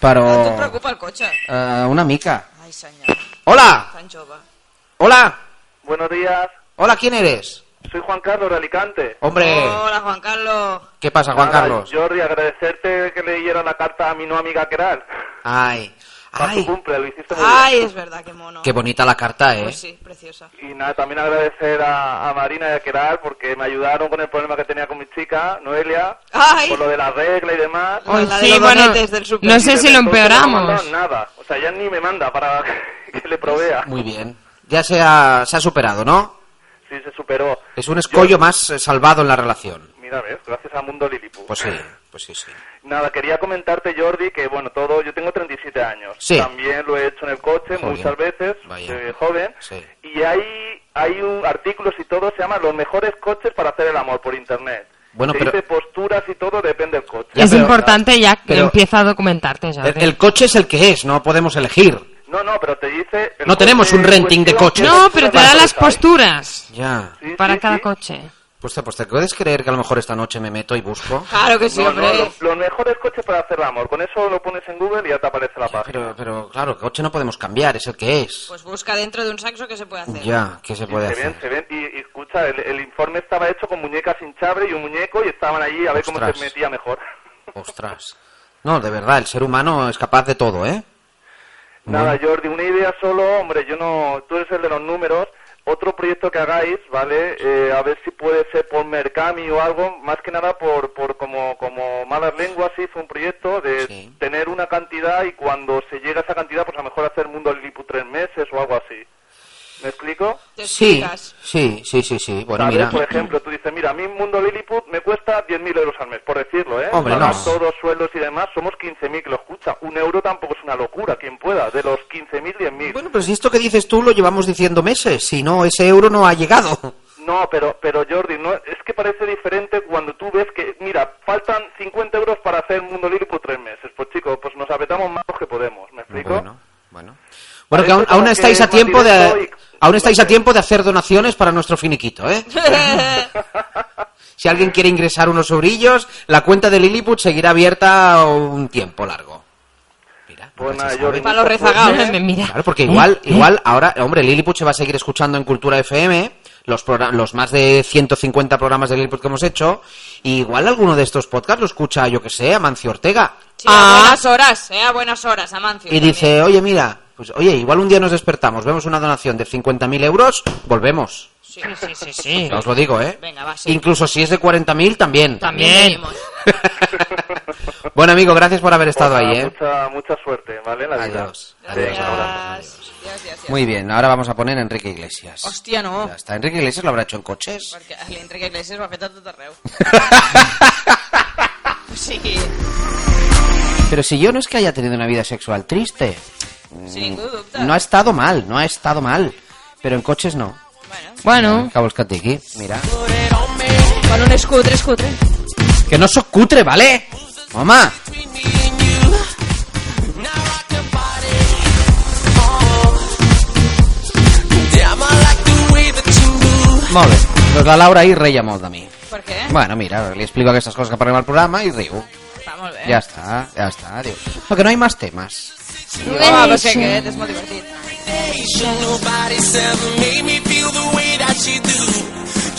A: Però...
B: No et preocupa el cotxe.
A: eh, una mica.
B: Ai, senyor,
A: Hola,
B: tan jove.
A: hola.
E: Buenos días,
A: Hola, ¿quién eres?
E: soy Juan Carlos de Alicante.
A: Hombre,
B: Hola, Juan Carlos.
A: ¿qué pasa, Juan
E: Nada,
A: Carlos?
E: Jordi, agradecerte que le leyeron la carta a mi no amiga Keral.
A: Ay,
E: Para tu
A: ay,
E: cumple, lo hiciste muy
B: Ay, es verdad, qué mono.
A: qué bonita la carta, ¿eh?
B: Pues sí, preciosa.
E: bien. Y nada, también agradecer a, a Marina y a Keral porque me ayudaron con el problema que tenía con mi chica, Noelia,
B: Ay,
E: por lo de la regla y demás.
B: Ay,
C: Hoy
B: la de
C: sí,
B: los
C: bueno,
B: donetes del súper.
C: no sé
E: Y
C: si
E: desde
C: lo
E: entonces No me ha
C: empeoramos.
E: mandado nada, o sea, ya ni me manda para que le provea.
A: Muy bien. Ya se ha, se ha superado, ¿no?
E: Sí, se superó.
A: Es un escollo más eh, salvado en la relación.
E: Mira, ves, gracias a Mundo Lilliput.
A: Pues sí, pues sí, sí.
E: Nada, quería comentarte, Jordi, que bueno, todo. Yo tengo 37 años.
A: Sí.
E: También lo he hecho en el coche
A: Joder.
E: muchas veces,
A: Vaya.
E: eh, joven.
A: Sí.
E: Y hay, hay un artículos y todo, se llama Los mejores coches para hacer el amor por internet.
A: Bueno,
E: se
A: pero-
E: dice posturas y todo, depende del coche.
A: Ya,
C: es
A: pero-
C: importante ya que
A: pero-
C: empieza a documentarte,
A: El,
C: Jordi.
A: el coche es el que es, no podemos elegir.
E: No, no, pero te dice... el
A: No tenemos
E: coche
A: un renting de
E: en
A: coches.
E: cuestión,
C: No, pero te da las
E: ¿sabes?
C: posturas
A: Ya.
E: Sí,
C: para
E: sí,
C: cada
E: sí.
C: coche.
A: Pues te, pues te puedes creer que a lo mejor esta noche me meto y busco.
C: Claro que sí,
E: No, no,
C: hombre.
E: lo- los mejores coches para hacer el amor. Con eso lo pones en Google y ya te aparece la página.
A: Pero, pero claro, el coche no podemos cambiar, es el que es.
B: Pues busca dentro de un saxo que se puede hacer.
A: Ya, ¿qué se puede
E: Se ven,
A: hacer?
E: se ven. Y, y escucha, el, el informe estaba hecho con muñecas sin chabre y un muñeco y estaban allí a ver cómo
A: Ostras.
E: se metía mejor.
A: Ostras. No, de verdad, el ser humano es capaz de todo, ¿eh?
E: Nada, Jordi, una idea solo, hombre, yo no... Tú eres el de los números. Otro proyecto que hagáis, ¿vale? Eh, a ver si puede ser por Mercami o algo, más que nada por, por como, como Malas Lenguas, sí, fue un proyecto de
A: Sí.
E: tener una cantidad y cuando se llega a esa cantidad, pues a lo mejor hacer Mundo Lipu tres meses o algo así. ¿Me explico?
B: Te
A: Sí,
B: explicas.
A: sí, sí, sí, sí. Bueno,
E: ¿Sabes?
A: Pues mira.
E: Por ejemplo, tú dices, mira, a mí Mundo Lilliput me cuesta 10.000 euros al mes, por decirlo, ¿eh?
A: Hombre,
E: Pagar
A: no.
E: todos sueldos y demás, somos 15.000 que lo escucha. Un euro tampoco es una locura, quien pueda, de los 15.000, 10.000.
A: Bueno, pero si esto que dices tú lo llevamos diciendo meses, si no, ese euro no ha llegado.
E: No, pero, pero Jordi, no, es que parece diferente cuando tú ves que, mira, faltan 50 euros para hacer Mundo Lilliput tres meses. Pues chicos, pues nos apretamos más los que podemos, ¿me explico?
A: Bueno, bueno. Bueno, que aún,
E: Parece como
A: aún
E: que
A: estáis a
E: más
A: tiempo de
E: directo y-
A: aún estáis a tiempo de hacer donaciones para nuestro finiquito, ¿eh? si alguien quiere ingresar unos sobrillos, la cuenta de Lilliput seguirá abierta un tiempo largo. Mira,
E: Pues
A: nunca se
E: nada,
A: sabe.
E: Jordi,
B: Para los
E: mucho
B: rezagados.
E: suerte.
C: Me mira.
A: Ah, Claro, porque igual, igual ahora, hombre, Lilliput se va a seguir escuchando en Cultura FM, los, progra- los más de 150 programas de Lilliput que hemos hecho, y igual alguno de estos podcasts lo escucha, yo que sé, Amancio Ortega.
B: Sí,
C: Ah.
B: a buenas horas, eh, a buenas horas, Amancio.
A: Y dice, oye, mira, pues oye, igual un día nos despertamos, vemos una donación de 50.000 euros, volvemos.
C: Sí, sí, sí, sí.
A: Ya os lo digo, ¿eh?
B: Venga, va, sí.
A: Incluso si es de 40.000, también.
C: También.
B: eh.
A: bueno, amigo, gracias por haber estado
E: Pues nada,
A: ahí, ¿eh?
E: Mucha, mucha suerte, ¿vale? En la vida.
A: Adiós.
E: Venga,
A: Adiós.
E: un abrazo.
B: Adiós, adiós, adiós.
A: Muy bien, ahora vamos a poner a Enrique Iglesias.
B: Hòstia, no.
A: Ya está. Enrique Iglesias lo habrá hecho en coches.
B: Perquè l'Enrique Iglesias ho ha fet a tot arreu. O sigui,
A: Pero si yo no es que haya tenido una vida sexual triste. mm,
B: si ningú dubta.
A: No ha estado mal, no ha estado mal. Pero en coches no.
B: Bueno.
C: Bueno,
A: Cabo aquí, mira.
B: Con un escut, tres cutre.
A: Que no soy cutre, ¿vale? Mamá. Molt bé. Doncs Pues la Laura ahir reia molt de mi.
B: Per què?
A: Bueno, mira, li explico aquestes coses que parlem al programa i riu.
B: Està molt bé.
A: Ja està, ja està. Diu, perquè no hi ha més temes.
B: No, però és que aquest és molt divertit.
F: Nobody's ever made me feel the way that you do.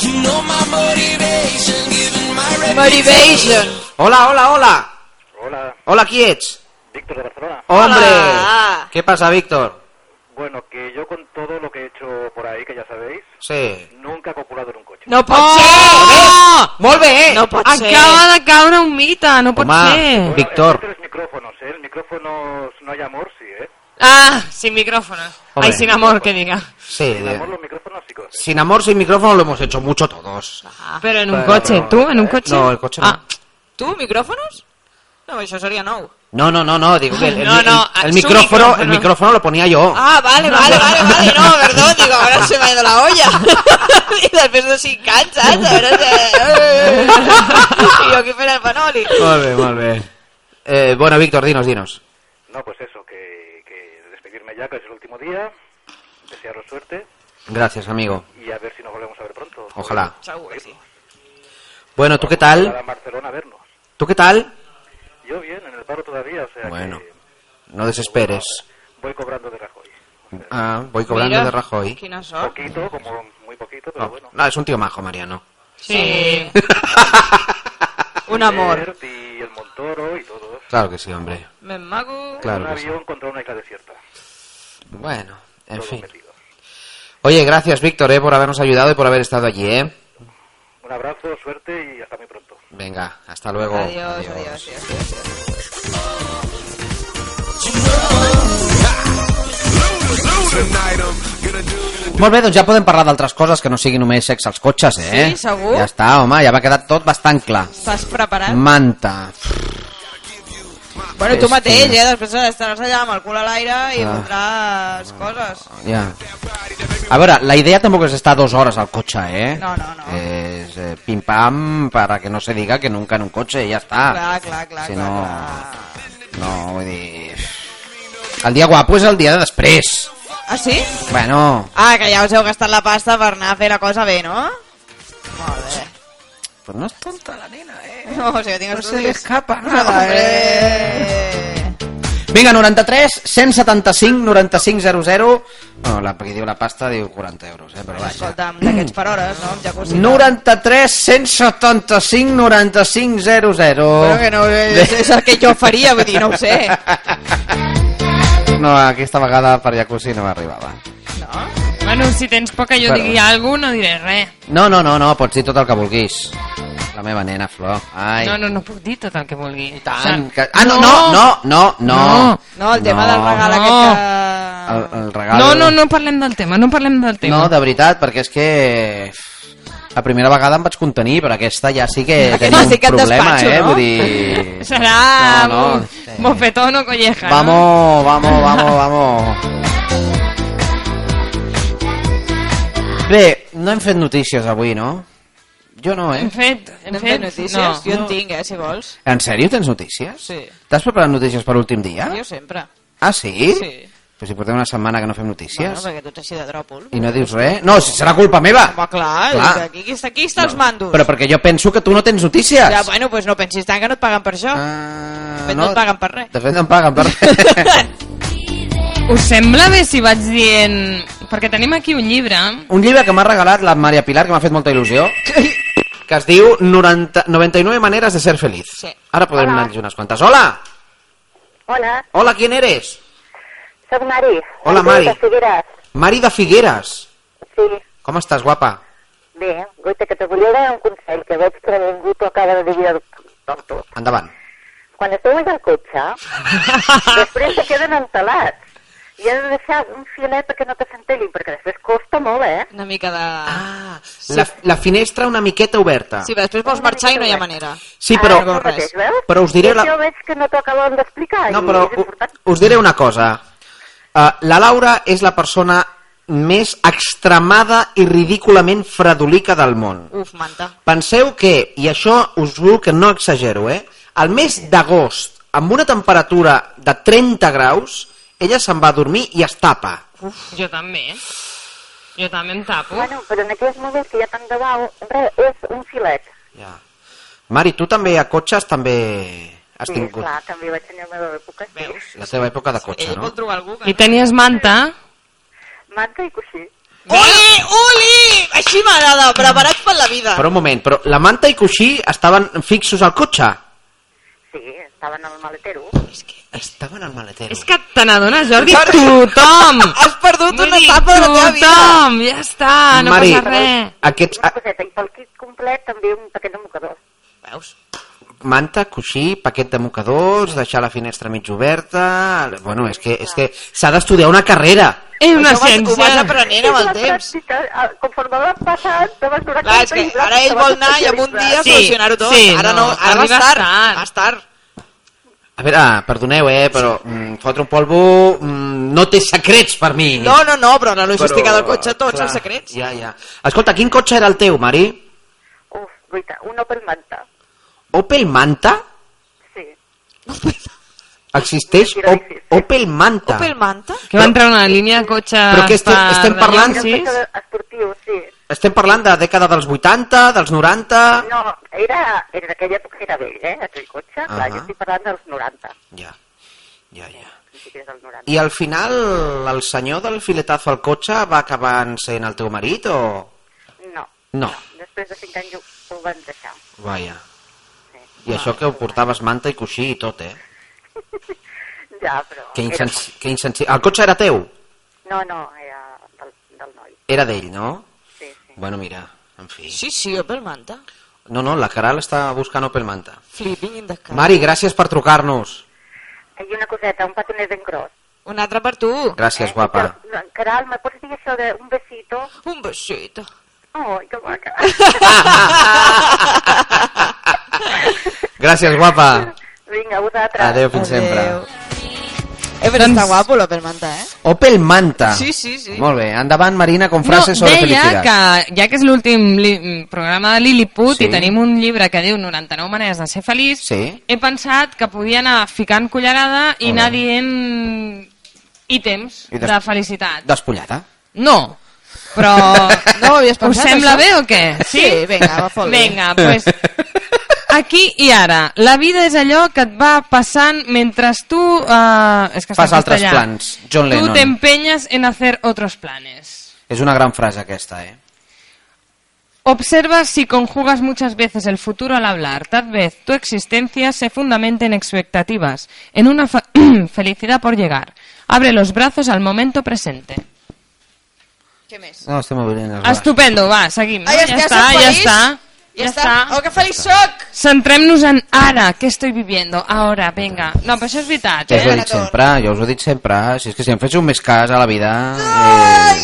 F: You know my motivation, given my
B: Motivation.
A: Hola, hola, hola.
E: Hola,
A: Hola, qui ets?
E: Víctor de Barcelona.
A: Hombre.
B: Hola.
A: Què passa, Víctor?
E: Bueno, que yo con todo lo que he hecho por ahí, que ya sabéis,
A: Sí.
E: nunca he copulado en un coche.
B: No pot
A: Oh! Molt
C: eh.
A: bé!
B: No pot ser.
C: acaba de caure un mite, no pot
A: Home.
C: ser.
A: Víctor.
E: Es los micrófonos, ¿eh? El micrófono no hay amor, sí, ¿eh?
C: Ah, sin micrófono.
A: Hombre.
C: Ay, sin amor, que diga.
A: Sí,
E: Sin
A: de-
E: amor los micrófonos sí cogen.
A: sin amor, sin micrófono lo hemos hecho mucho todos.
B: Ah.
C: Pero en un
E: Pero-
C: coche, ¿tú? ¿En un coche?
A: No, el coche no.
C: Ah,
B: Tu, micròfonos? No, això seria nou.
A: No, no, no, no, digo que el, el-
C: No, no,
A: el- el
C: su
A: micrófono,
C: micrófono.
A: el micrófono lo ponía yo.
B: Ah, vale, vale, vale, vale, no, perdó, digo, ahora se me ha ido la olla. I després de 5 anys, saps? Ara se... I jo aquí fent el panoli.
A: Molt bé, molt bé. Eh, bueno, Víctor, dinos, dinos.
E: No, pues eso, que, que despedirme ya, que es el último día. Desearos suerte
A: Gracias, amigo.
E: y a ver si nos volvemos a ver pronto.
A: Ojalá.
B: Segur que sí.
A: Bueno, ¿tú qué
E: A
A: tal?
E: Barcelona a vernos.
A: ¿Tú qué tal?
E: Yo bien, en el paro todavía, o sea
A: Bueno,
E: que
A: no desesperes.
E: voy cobrando de Rajoy.
A: Ah, voy cobrando
B: Mira,
A: de Rajoy.
B: Quina sort.
E: Poquito, como muy poquito, pero
A: No,
E: bueno.
A: no, es un tío majo, Mariano.
C: sí.
B: Un amor.
E: Bert Y el Montoro y todos.
A: Claro que sí, hombre.
B: Ben maco.
A: Claro
E: un
A: que sí.
E: avión contra una isla desierta.
A: Bueno, en
E: Todos
A: fin.
E: metidos.
A: Oye, gracias, Víctor, eh, por habernos ayudado y por haber estado allí, ¿eh?
E: Un abrazo, suerte y hasta muy pronto.
A: Venga, hasta luego.
B: Adiós, adiós, adiós.
A: Molt bé, doncs ja podem parlar d'altres coses que no sigui només sexe als cotxes, eh?
B: Sí, segur.
A: Ja està, home, ja m'ha quedat tot bastant clar.
B: Estàs preparat?
A: Mm. Manta.
B: Bueno,
A: És
B: tu mateix,
A: que-
B: eh? Després estaràs allà amb el cul a l'aire i
A: Ah.
B: voldràs coses.
A: Ja. A veure, la idea tampoc és estar dues hores al cotxe, eh?
B: No, no, no.
A: És eh, pim-pam para que no se diga que nunca en un cotxe, i ja està.
B: Clar, clar, clar,
A: si
B: clar,
A: no...
B: clar.
A: No, vull dir... El dia guapo és el dia de després.
B: Ah, sí?
A: Bueno,
B: Ah, que ja us heu gastat la pasta per anar a fer la cosa bé, no? Molt bé.
A: però no és tonta.
B: No, o sigui, tinc no se
A: escapa
B: Eh.
A: Vinga, 93 175 95 00. Bueno, la, qui diu la pasta diu 40 euros, eh, però vaja.
B: Escolta'm, d'aquests per hores, no? Amb jacuzzi.
A: 93 175 95 00.
B: Però que no, eh, és, és el que jo faria, vull dir, no ho sé.
A: No, aquesta vegada per jacuzzi no m'arribava.
B: No?
C: Bueno, si tens por que jo
A: Bueno.
C: digui alguna no diré res.
A: No, no, no, no, pots dir tot el que vulguis. La meva nena, Flor. Ai.
C: No, no, no puc dir tot el que vulgui.
A: I tant. Que... Ah, no, no, no, no, no.
C: No.
B: No, el tema del regal
C: no.
A: El,
B: aquest que...
A: el regal...
C: No, no, no parlem del tema, no parlem del tema.
A: No, de veritat, perquè és que... La primera vegada em vaig contenir, però aquesta ja sí que
B: Aquesta
A: tenia un
B: sí que et
A: problema,
B: despatxo,
A: eh?
B: no?
A: Vull dir...
C: Serà
A: No, no,
C: un
A: sí.
C: bofetón o colleja. ¿no?
A: Vamos, vamos, vamos, vamos. Bé, no hem fet notícies avui, no? Jo no, eh?
C: Hem
B: Mhm.
C: fet, hem
B: No em fes
C: fet,
B: notícies?
C: no.
B: Jo en tinc, eh, si vols.
A: En sèrio tens notícies?
B: Sí.
A: T'has preparat notícies per l'últim dia?
B: Jo sempre.
A: Ah, sí?
B: Sí.
A: Però si portem una setmana que no fem
B: Bueno,
A: notícies
B: perquè tu ets així de dròpol.
A: i no dius res... No, si serà culpa meva!
B: Home, clar,
A: Clar.
B: clar. Aquí, aquí, està- aquí està els mandos.
A: Però perquè jo penso que tu no tens notícies.
B: Ja, bueno, doncs no pensis tant que no et paguen per això.
A: Ah,
B: De fet, no et paguen per res.
A: De fet, no em paguen per res.
C: Us sembla bé si vaig dient... Perquè tenim aquí un llibre.
A: Un llibre que m'ha regalat la Maria Pilar, que m'ha fet molta il·lusió, que es diu 90, 99 maneres de ser feliz.
B: Sí.
A: Ara podrem
D: Hola.
A: anar-nos unes quantes. Hola!
D: Hola,
A: Hola, ¿quién eres?
D: soc Mari.
A: Hola, Mari.
D: De Figueres.
A: Mari de Figueres.
D: Sí,
A: Com estàs, guapa?
D: bé, guaita, que te volia donar un consell, que veig que ningú t'ho acaba de dir el tonto.
A: Endavant.
D: Quan esteu al cotxe, després te queden entelats. I has de deixar un filet perquè no te s'entellin, perquè després costa molt, eh?
B: Una mica de...
A: Ah, la, la finestra una miqueta oberta.
B: Sí, però després vols marxar i no hi ha manera.
A: Sí, però,
B: no,
D: això
B: res.
D: mateix, veus?
A: però us diré la-
D: Jo veig que no t'ho acaben d'explicar.
A: No,
D: i
A: però
D: és
A: u-
D: important.
A: us diré una cosa. Uh, la Laura és la persona més extremada i ridículament fredolica del món.
B: Uf, manta.
A: Penseu que, i això us juro que no exagero, eh? El mes d'agost, amb una temperatura de 30 graus, ella se'n va a dormir i es tapa.
C: Jo també. Jo també em tapo.
D: Bueno, però en aquells moments que ja tant de bau, res, és un filet.
A: Ja. Mari, tu també a cotxes també has
D: Sí,
A: tingut
D: clar, també vaig tenir la meva època. Sí.
B: Veus?
A: la teva època de cotxe,
B: Ell
A: no?
B: vol trobar algú que...
C: I tenies manta?
D: Manta i coixí.
B: Uli! Uli! Així m'agrada, preparats per la vida.
A: Però un moment, però la manta i coixí estaven fixos al cotxe?
D: Sí, estaven al maletero.
A: Estaven al maletero.
C: És que te n'adones, Jordi, tothom!
B: Ah, Has perdut
C: Vull
B: una
C: dir,
B: etapa de la teva vida.
C: Tothom, ja està, ah, no
A: Mari,
C: passa res.
A: aquests...
D: Una
A: ah,
D: coseta, i pel kit complet també un paquet de mocador.
B: Veus?
A: manta, coixí, paquet de mocadors, deixar la finestra mig oberta... Bueno, és que és que s'ha d'estudiar una carrera.
C: És una
B: Això ho vas- Ho vas
C: ciència.
B: aprenent amb el temps.
D: Pràctica, ah, conforme va passant, te vas donar
B: Clar, és que ara ell vol anar i en un dia
C: Sí,
B: solucionar-ho tot.
C: sí,
B: ara no,
C: no,
B: ara vas
C: arribes
B: tard.
C: tard.
B: Vas tard.
A: A veure, ah, perdoneu, eh, però mm, fotre un polvo mm, no té secrets per mi.
B: No, no, no, però la logística
A: Però,
B: del cotxe, tots
A: clar,
B: els secrets.
A: Ja, ja. Escolta, quin cotxe era el teu, Mari?
D: Uf, guaita, un Opel Manta.
A: Opel Manta?
D: Sí.
A: Existeix
D: Mira,
A: Op-
D: sí, sí.
A: Opel Manta.
B: Opel Manta?
C: Que va entrar una línia de cotxes
A: Però què estem-
C: per
A: estem parlant-
C: Rellonsis?
D: Sí? Esportiu, sí.
A: Estem parlant de dècada dels 80, dels 90...
D: No, era, era d'aquella època era vell, eh, aquell cotxe. Clar,
A: Ahà.
D: jo estic parlant dels 90,
A: Ja, ja, ja.
D: principis dels 90.
A: I al final, el senyor del filetazo al cotxe va acabar en sent el teu marit o...?
D: No,
A: No,
D: després de 5 anys ho- ho van deixar.
A: vaja. I això que ho portaves manta i coixí i tot, eh?
D: Ja, però...
A: Que,
D: era
A: insens... que insensi... El cotxe era teu?
D: molt. No, no, era del, del noi.
A: Era d'ell, no?
D: Sí, sí.
A: Bueno, mira, en fi.
B: Sí, sí, Opel Manta.
A: No, no, la Caral està buscant Opel Manta.
B: Flipping in the car.
A: Mari, gràcies per trucar-nos.
D: I una coseta, un petonet ben gros.
B: Un altre per tu.
A: Gràcies,
D: eh?
A: guapa.
D: Però, no, Caral, me pots dir això d'un besito?
B: Un besito.
D: Oh, que maca.
A: Gràcies, guapa.
D: Vinga, vosaltres.
A: Adéu, fins sempre.
B: Adéu.
C: Doncs-
B: Eh, però està guapo l'Opel Manta, eh?
A: Opel Manta.
B: Sí, sí, sí.
A: Molt bé, endavant, Marina, con frases
C: no,
A: sobre
C: deia
A: felicitat.
C: que, ja que és l'últim li- programa de Lilliput
A: Sí.
C: i tenim un llibre que diu 99 maneres de ser feliç,
A: Sí.
C: he pensat que podia anar ficant cullerada i
A: Molt
C: anar
A: bé.
C: dient i temps
A: I des-
C: de felicitat.
A: Despullada.
C: No. Però...
B: No ho havies pensat,
C: Us sembla
B: això?
C: bé o què?
B: Sí, vinga, va, fot-li.
C: Vinga, pues, aquí i ara. La vida és allò que et va passant mentre tu... eh, és que
A: Fas
C: està en
A: altres
C: castellà.
A: plans, John
C: Tu
A: Lennon.
C: t'empenyes en hacer otros planes.
A: És una gran frase aquesta, eh?
C: Observa si conjugas muchas veces el futuro al hablar. Tal vez tu existencia se fundamente en expectativas, en una fa- felicidad por llegar. Abre los brazos al momento presente.
B: Què més?
A: No, estem obrint els braços.
C: Estupendo, va, seguim. no?
B: Ai, és
C: ja,
B: que
C: està,
B: sóc
C: ja
B: feliç.
C: està,
B: Ja, està. Oh, que feliç soc!
C: Centrem-nos en ara, què estoy viviendo, ahora, venga. No, però això és veritat,
A: Ja us ho he
C: eh?
A: dit sempre, jo us ho he dit sempre. Si és que si em féssiu més cas a la vida... Eh...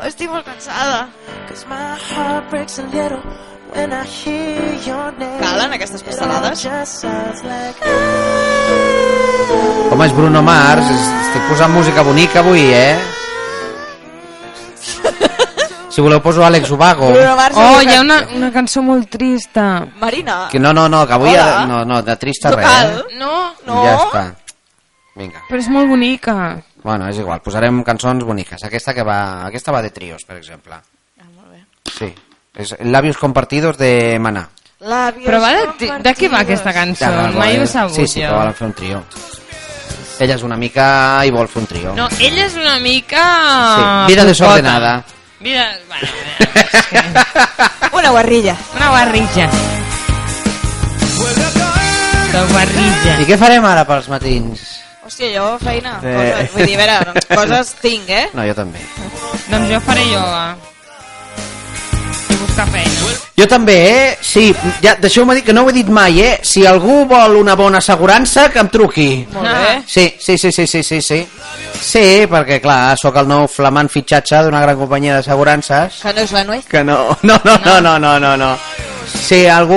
B: Oh, estic molt cansada.
F: Cause my heart breaks a little when I hear your name.
B: Calen aquestes pastelades?
F: Just sounds like
A: Com és Bruno Mars, es- estic posant música bonica avui, eh? Si voleu poso Àlex Ubago.
B: Bruno Mars
C: Oh,
B: no
C: hi ha una, una cançó molt trista.
B: Marina,
A: Ah. Que no, no, no, que avui...
B: Hola.
A: No, no, de trista
B: no
A: res.
B: cal.
A: Eh?
C: No,
B: No.
A: Ja està. Vinga.
C: però és molt bonica.
A: Bueno, és igual, posarem cançons boniques. Aquesta que va... Aquesta va de trios, per exemple.
B: Ah, molt bé.
A: Sí. És Labios compartidos de Maná.
B: Labios
C: Però va de, de què va aquesta cançó? Mai ho he sabut
A: eh, Sí, sí, que
C: jo.
A: volen fer un trio. Ella és una mica i vol fer un trio.
C: No, ella és una mica...
A: Sí, vida
C: putota.
A: desordenada.
C: Vida... Bueno, és que...
B: Una guarrilla.
C: Una guarrilla. De guarrilla.
A: I què farem ara pels matins?
B: Hòstia, jo feina.
A: Eh.
B: Coses, vull dir, a veure, doncs, coses tinc, eh?
A: No, jo també.
C: Doncs jo faré ioga. I buscar feina.
A: Jo també, eh? Sí, ja, deixeu-me dir que no ho he dit mai, eh? Si algú vol una bona assegurança, que em truqui. Ah.
B: Molt bé.
A: Sí, sí, sí, sí, sí, sí, sí. Sí, perquè, clar, sóc el nou flamant fitxatge d'una gran companyia d'assegurances.
B: Que no és la nuez.
A: Que no, no, no, no, no, no, no, no. Si algú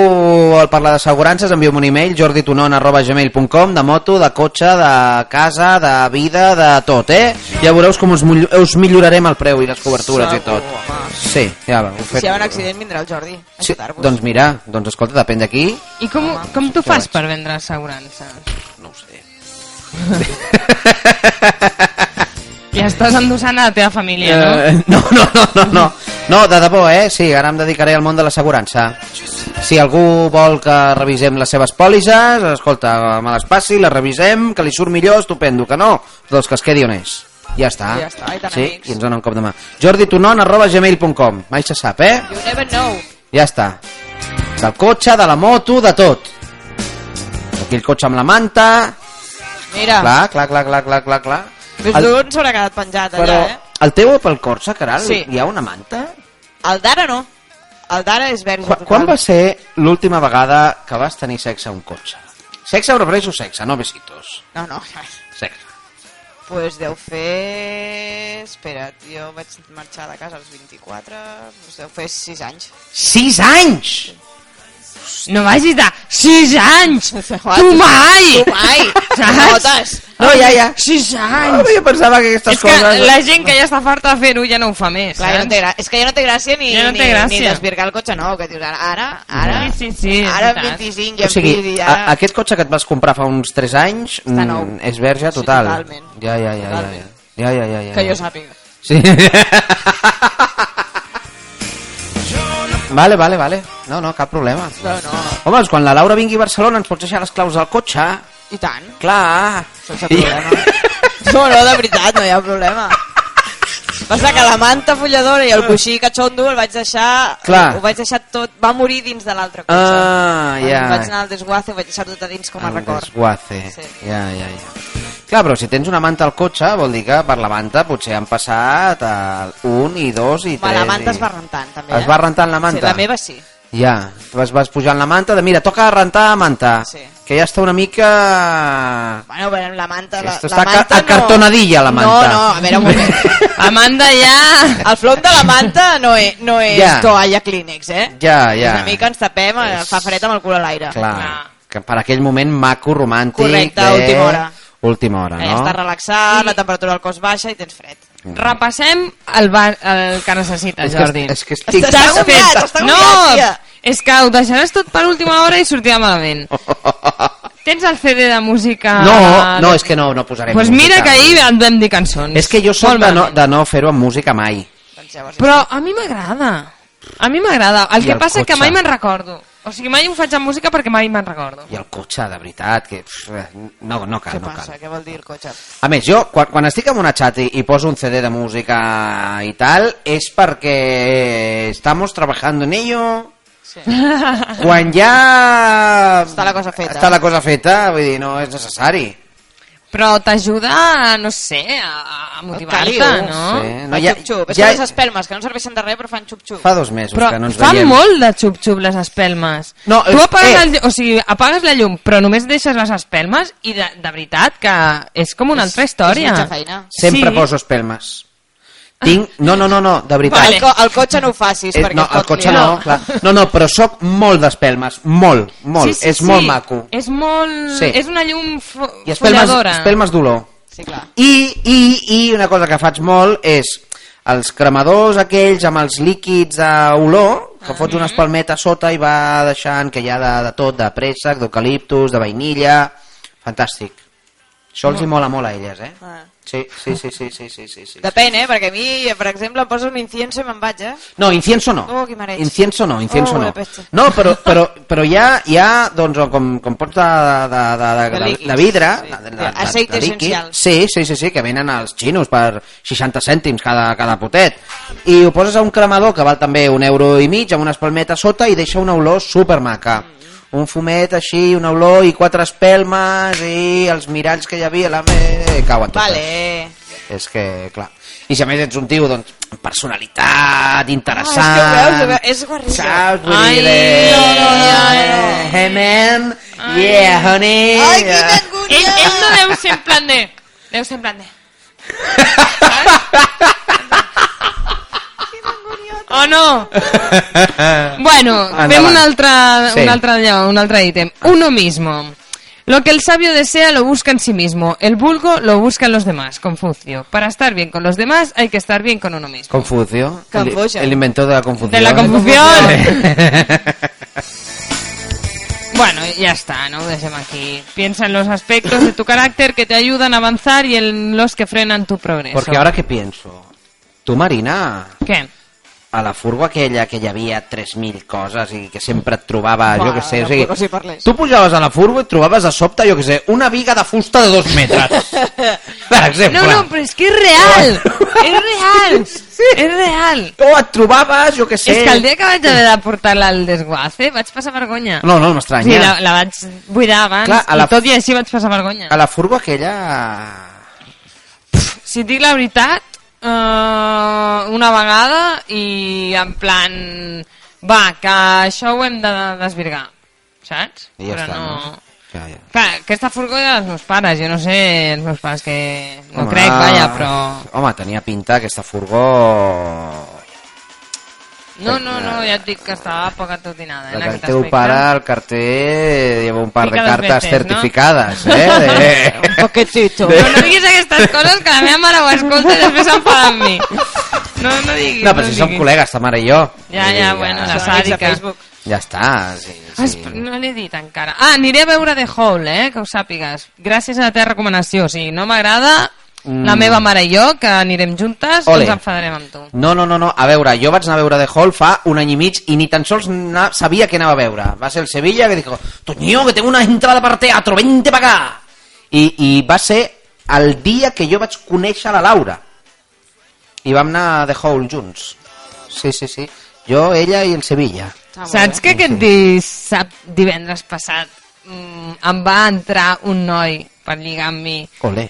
A: vol parlar d'assegurances, envia'm un e-mail, jorditonon arroba gmail.com, de moto, de cotxe, de casa, de vida, de tot, eh? Ja veureu com us, mull- us millorarem el preu i les cobertures i tot. Sí, ja ho he fet.
B: Si hi ha un accident vindrà el Jordi a
A: Sí,
B: ajudar-vos.
A: doncs mira, doncs escolta, depèn d'aquí,
C: I com, com tu fas per vendre assegurança?
A: no ho sé.
C: Ja estàs endossant a la teva família, no?
A: Eh, no, no, no, no, no. No, de debò, eh? Sí, ara em dedicaré al món de l'assegurança. Si algú vol que revisem les seves pòlisses, escolta, me les passi, les revisem, que li surt millor, estupendo, que no, doncs que es quedi on és. Ja està.
B: Ja està, i tan
A: sí,
B: amics.
A: i ens dona un cop de mà. jorditonon arroba gmail.com, mai se sap, eh?
B: You never know.
A: Ja està. Del cotxe, de la moto, de tot. Aquell cotxe amb la manta...
B: Mira,
A: Clar, clar, clar, clar, clar, clar, clar.
B: Ah. més
A: El-
B: d'un s'haurà quedat penjat allà,
A: Però
B: eh?
A: el teu Opel Corsa, Caral,
B: Sí.
A: hi ha una manta?
B: El d'ara no. El d'ara és verge
A: Qu
B: total.
A: quan va ser l'última vegada que vas tenir sexe a un cotxe? Sexe, em refereixo sexe, no besitos.
B: No, no.
A: Sexe.
B: Pues deu fer... Espera't, jo vaig marxar de casa als 24, pues deu fer 6 anys.
A: Sis anys!
C: No vagis de 6 anys!
B: What?
C: Tu mai!
B: Tu mai! Notes!
A: No, ja, ja.
C: 6
A: No,
C: anys!
A: jo pensava que aquestes
C: És que
A: coses...
C: la gent que ja està farta de fer-ho ja no ho fa més,
B: Clar, ja no té gra... És que ja no té gràcia ni,
C: Ja no té
B: ni,
C: gràcia.
B: ni desvirgar el cotxe, no, que dius ara, ara, ara,
C: Sí, sí, sí, és
B: ara amb
C: veritat.
B: 25 ja
A: O
B: em
A: sigui,
B: sigui,
A: a,
B: ara...
A: aquest cotxe que et vas comprar fa uns 3 anys
B: Està
A: mm,
B: nou.
A: és verge
B: Sí,
A: total.
B: totalment.
A: Ja, ja, ja, ja, ja.
B: Totalment.
A: Ja, ja, ja, ja.
B: Que jo
A: ja.
B: sàpiga.
A: Sí. vale, vale, vale. No, no, cap problema.
B: No, no,
A: Home, doncs quan la Laura vingui a Barcelona ens pots deixar les claus del cotxe.
B: i tant.
A: Clar.
B: Sense problema. No, no, de veritat, no hi ha problema. Passa que la manta folladora i el coixí catxondo el vaig deixar...
A: Clar.
B: Ho vaig deixar tot... Va morir dins de l'altre cotxe.
A: Ah,
B: Quan
A: ja.
B: vaig anar al desguace ho vaig deixar tot a dins com a
A: El
B: record.
A: Desguace.
B: Sí.
A: Ja, ja, ja. Clar, però si tens una manta al cotxe, vol dir que per la manta potser han passat el 1 i 2 i 3.
B: Va, la manta
A: i...
B: es va rentant, també. eh?
A: Es va rentant la manta?
B: Sí, la meva sí.
A: Ja, tu vas, vas pujant la manta de mira, toca rentar manta,
B: Sí.
A: que ja està una mica...
B: Bueno, bueno, la manta... La,
A: Esto
B: la
A: està
B: manta
A: a cartonadilla, la manta.
B: No, no, a veure, un moment.
C: Amanda ja...
B: El flom de la manta no és, no és
A: Ja.
B: toalla Kleenex, eh?
A: Ja,
B: És
A: ja.
B: Una mica ens tapem, eh, fa fred amb el cul a l'aire.
A: Clar,
C: Clar.
A: que per aquell moment maco, romàntic...
B: Correcte,
A: de...
B: última hora.
A: Última hora,
B: Eh,
A: no?
B: Estàs relaxat, la temperatura del cos baixa i tens fred.
C: Repassem el, va, el que
A: és
C: necessites, Jordi.
A: Que, és que estic...
B: Estàs- Està agobiat, està
C: no,
B: agobiat, tia.
C: és que ho deixaràs tot per última hora i sortirà malament. Tens el CD de música...
A: No, no, és que no, no posarem
C: Doncs Ah, pues mira
A: música.
C: que ahir en vam dir cançons.
A: És que jo soc
C: Molt
A: de no,
C: malament.
A: de no fer-ho amb música mai.
B: Doncs llavors...
C: Però a mi m'agrada. A mi m'agrada. El
A: I
C: que
A: el
C: passa és que
A: cotxe.
C: mai me'n recordo. O sigui, mai ho faig amb música perquè mai me'n recordo.
A: I el cotxe, de veritat, que... pff, eh, No, no cal,
B: Què
A: Ah, no cal.
B: passa? Què vol dir el cotxe?
A: A més, jo, quan, quan estic en una xat i, i poso un CD de música i tal, és perquè estamos trabajando en ello...
B: Sí.
A: Quan ja...
B: Està la cosa feta.
A: Està la cosa feta, vull dir, no és necessari.
C: Però t'ajuda, no sé, a, a motivar-te,
B: Caliu.
C: no?
A: Sí.
B: Eh,
A: no,
B: no,
A: ja-
B: xup-xup. És
A: ja-
B: com les espermes, que no serveixen de res, però fan xup-xup.
A: Fa dos mesos
C: Però
A: que no ens
C: fan
A: veiem.
C: molt de xup-xup les espelmes.
A: No,
C: tu
A: eh,
C: apagues,
A: eh.
C: el, ll- o sigui, apagues la llum, però només deixes les espelmes i de, de veritat que és com una altra història.
B: és mitja feina.
A: Sempre
C: Sí.
A: poso espelmes. Tinc... No, no, no, no, de veritat.
B: El, co el cotxe no ho facis,
A: Eh,
B: perquè
A: no,
B: es
A: el
B: pot
A: cotxe
B: liar.
A: no, clar. No, no, però sóc molt d'espelmes. Molt, molt.
C: Sí, sí,
A: és molt
C: sí.
A: maco.
C: És molt...
A: Sí.
C: És una llum fo
A: I espelmes,
C: folladora.
A: espelmes d'olor.
B: Sí, clar.
A: I, i, I una cosa que faig molt és els cremadors aquells amb els líquids d'olor, que fots una espalmeta a sota i va deixant que hi ha de, de tot, de préssec, d'eucaliptus, de vainilla... Fantàstic. Això els hi mola molt a elles, eh?
B: Ah.
A: Sí, sí, sí, sí, sí, sí, sí. sí.
B: Depèn, eh? Perquè a mi, per exemple, em poses un incienso i me'n vaig, eh?
A: No, incienso no.
B: Oh, que mareig.
A: Incienso no, incienso
B: Oh,
A: no.
B: la peste.
A: No, però, però, però hi, ha, hi ha, doncs, com, com pots de, de, de, de,
B: De
A: de,
B: líquids,
A: de vidre,
B: sí.
A: de, de,
B: De aceite
A: líquid.
B: essencial.
A: Sí, sí, sí, sí, que venen als xinos per 60 cèntims cada, cada potet. I ho poses a un cremador que val també un euro i mig, amb unes palmetes sota i deixa una olor supermaca.
B: Mm.
A: Un fumet així, una olor i quatre espelmes i els miralls que hi havia, la me... cauen totes.
B: Vale.
A: És que, clar... I si a més ets un tio, doncs, amb personalitat, interessant...
B: Ah, és que ho veus, ho veus, és guarrillo.
A: Saps? Vull
C: Ai,
A: dir, de...
C: no, no, no, no.
A: Hey, man, yeah, honey...
B: Ai, quina
A: yeah.
B: angúnia!
C: Ell, ell no deu ser en plan de... Deu ser en plan de... Oh, no! Bueno, fem un altre,
A: Ah, Sí. Ah.
C: un, altre, allò, un altre ítem. Uno mismo. Lo que el sabio desea lo busca en sí mismo. El vulgo lo busca en los demás. Confucio. Para estar bien con los demás hay que estar bien con uno mismo.
A: Confucio.
B: Confucio.
A: El, el inventor de la confusión.
C: De la confusión. Bueno, ya está, ¿no? Dejemos aquí. Piensa en los aspectos de tu carácter que te ayudan a avanzar y en los que frenan tu progreso.
A: Porque ahora que pienso... Tu, Marina,
C: ¿Qué?
A: a la furgo aquella que hi havia 3.000 coses i que sempre et trobava,
B: Va,
A: jo que sé... O
B: tampoc us hi
A: sigui,
B: parlés.
A: tu pujaves a la furgo i et trobaves de sobte, jo que sé, una viga de fusta de dos metres. per exemple.
C: No, no, pero es que es real. Es real. Es real.
A: O et trobaves, jo que sé...
C: És que el dia que vaig haver de portar-la al desguace vaig passar vergonya.
A: No, no,
C: O sigui,
A: m'estranya.
C: la, la vaig buidar abans
A: Clar, a la-
C: i tot i així vaig passar vergonya.
A: A la furgo aquella...
C: Si et dic la veritat, eh, una vegada i en plan... Va, que això ho hem de desvirgar, saps?
A: I ja
C: Però
A: està,
C: no...
A: no? Ja, ja.
C: Clar, aquesta furgó era dels meus pares, jo no sé, els meus pares que... No
A: Home,
C: crec, vaja, però...
A: Home, tenia pinta aquesta furgó...
C: No, no, no, ja et dic que estava poc
A: La
C: atotinada. eh, en
A: que el
C: aquest
A: teu
C: aspecte.
A: pare, al carter, lleva un par
C: Pica
A: de
C: dos
A: cartes
C: veces, no?
A: certificades, eh?
B: Un
A: De...
B: poquetito.
C: No, no diguis aquestes coses que la meva mare ho escolta i després s'enfada amb mi. No, no diguis.
A: No, però si som
C: diguis.
A: col·legues, ta mare i jo.
C: Ja,
A: Vull dir,
C: ja, bueno,
B: Són
C: la
B: amics de
C: sàdica.
B: Facebook.
A: Ja està, sí,
C: Ah,
A: sí.
C: esp- No l'he dit encara. Ah, aniré a veure The Hole, eh, que ho sàpigues. Gràcies a la teva recomanació. Si no m'agrada,
A: Mm.
C: la meva mare i jo, que anirem juntes,
A: Ole.
C: Ole. ens enfadarem amb tu.
A: No, no, no, no, a veure, jo vaig anar a veure The Hall fa un any i mig i ni tan sols na- sabia què anava a veure. Va ser el Sevilla que dijo, Toño, que tengo una entrada para teatro, vente para acá. I, I va ser el dia que jo vaig conèixer la Laura. I vam anar a The Hall junts. Sí, sí, sí. Jo, ella i el Sevilla.
B: Ah, molt
C: Saps
B: bé.
C: que aquest dissab... divendres passat mm, em va entrar un noi per lligar amb mi
A: Olé.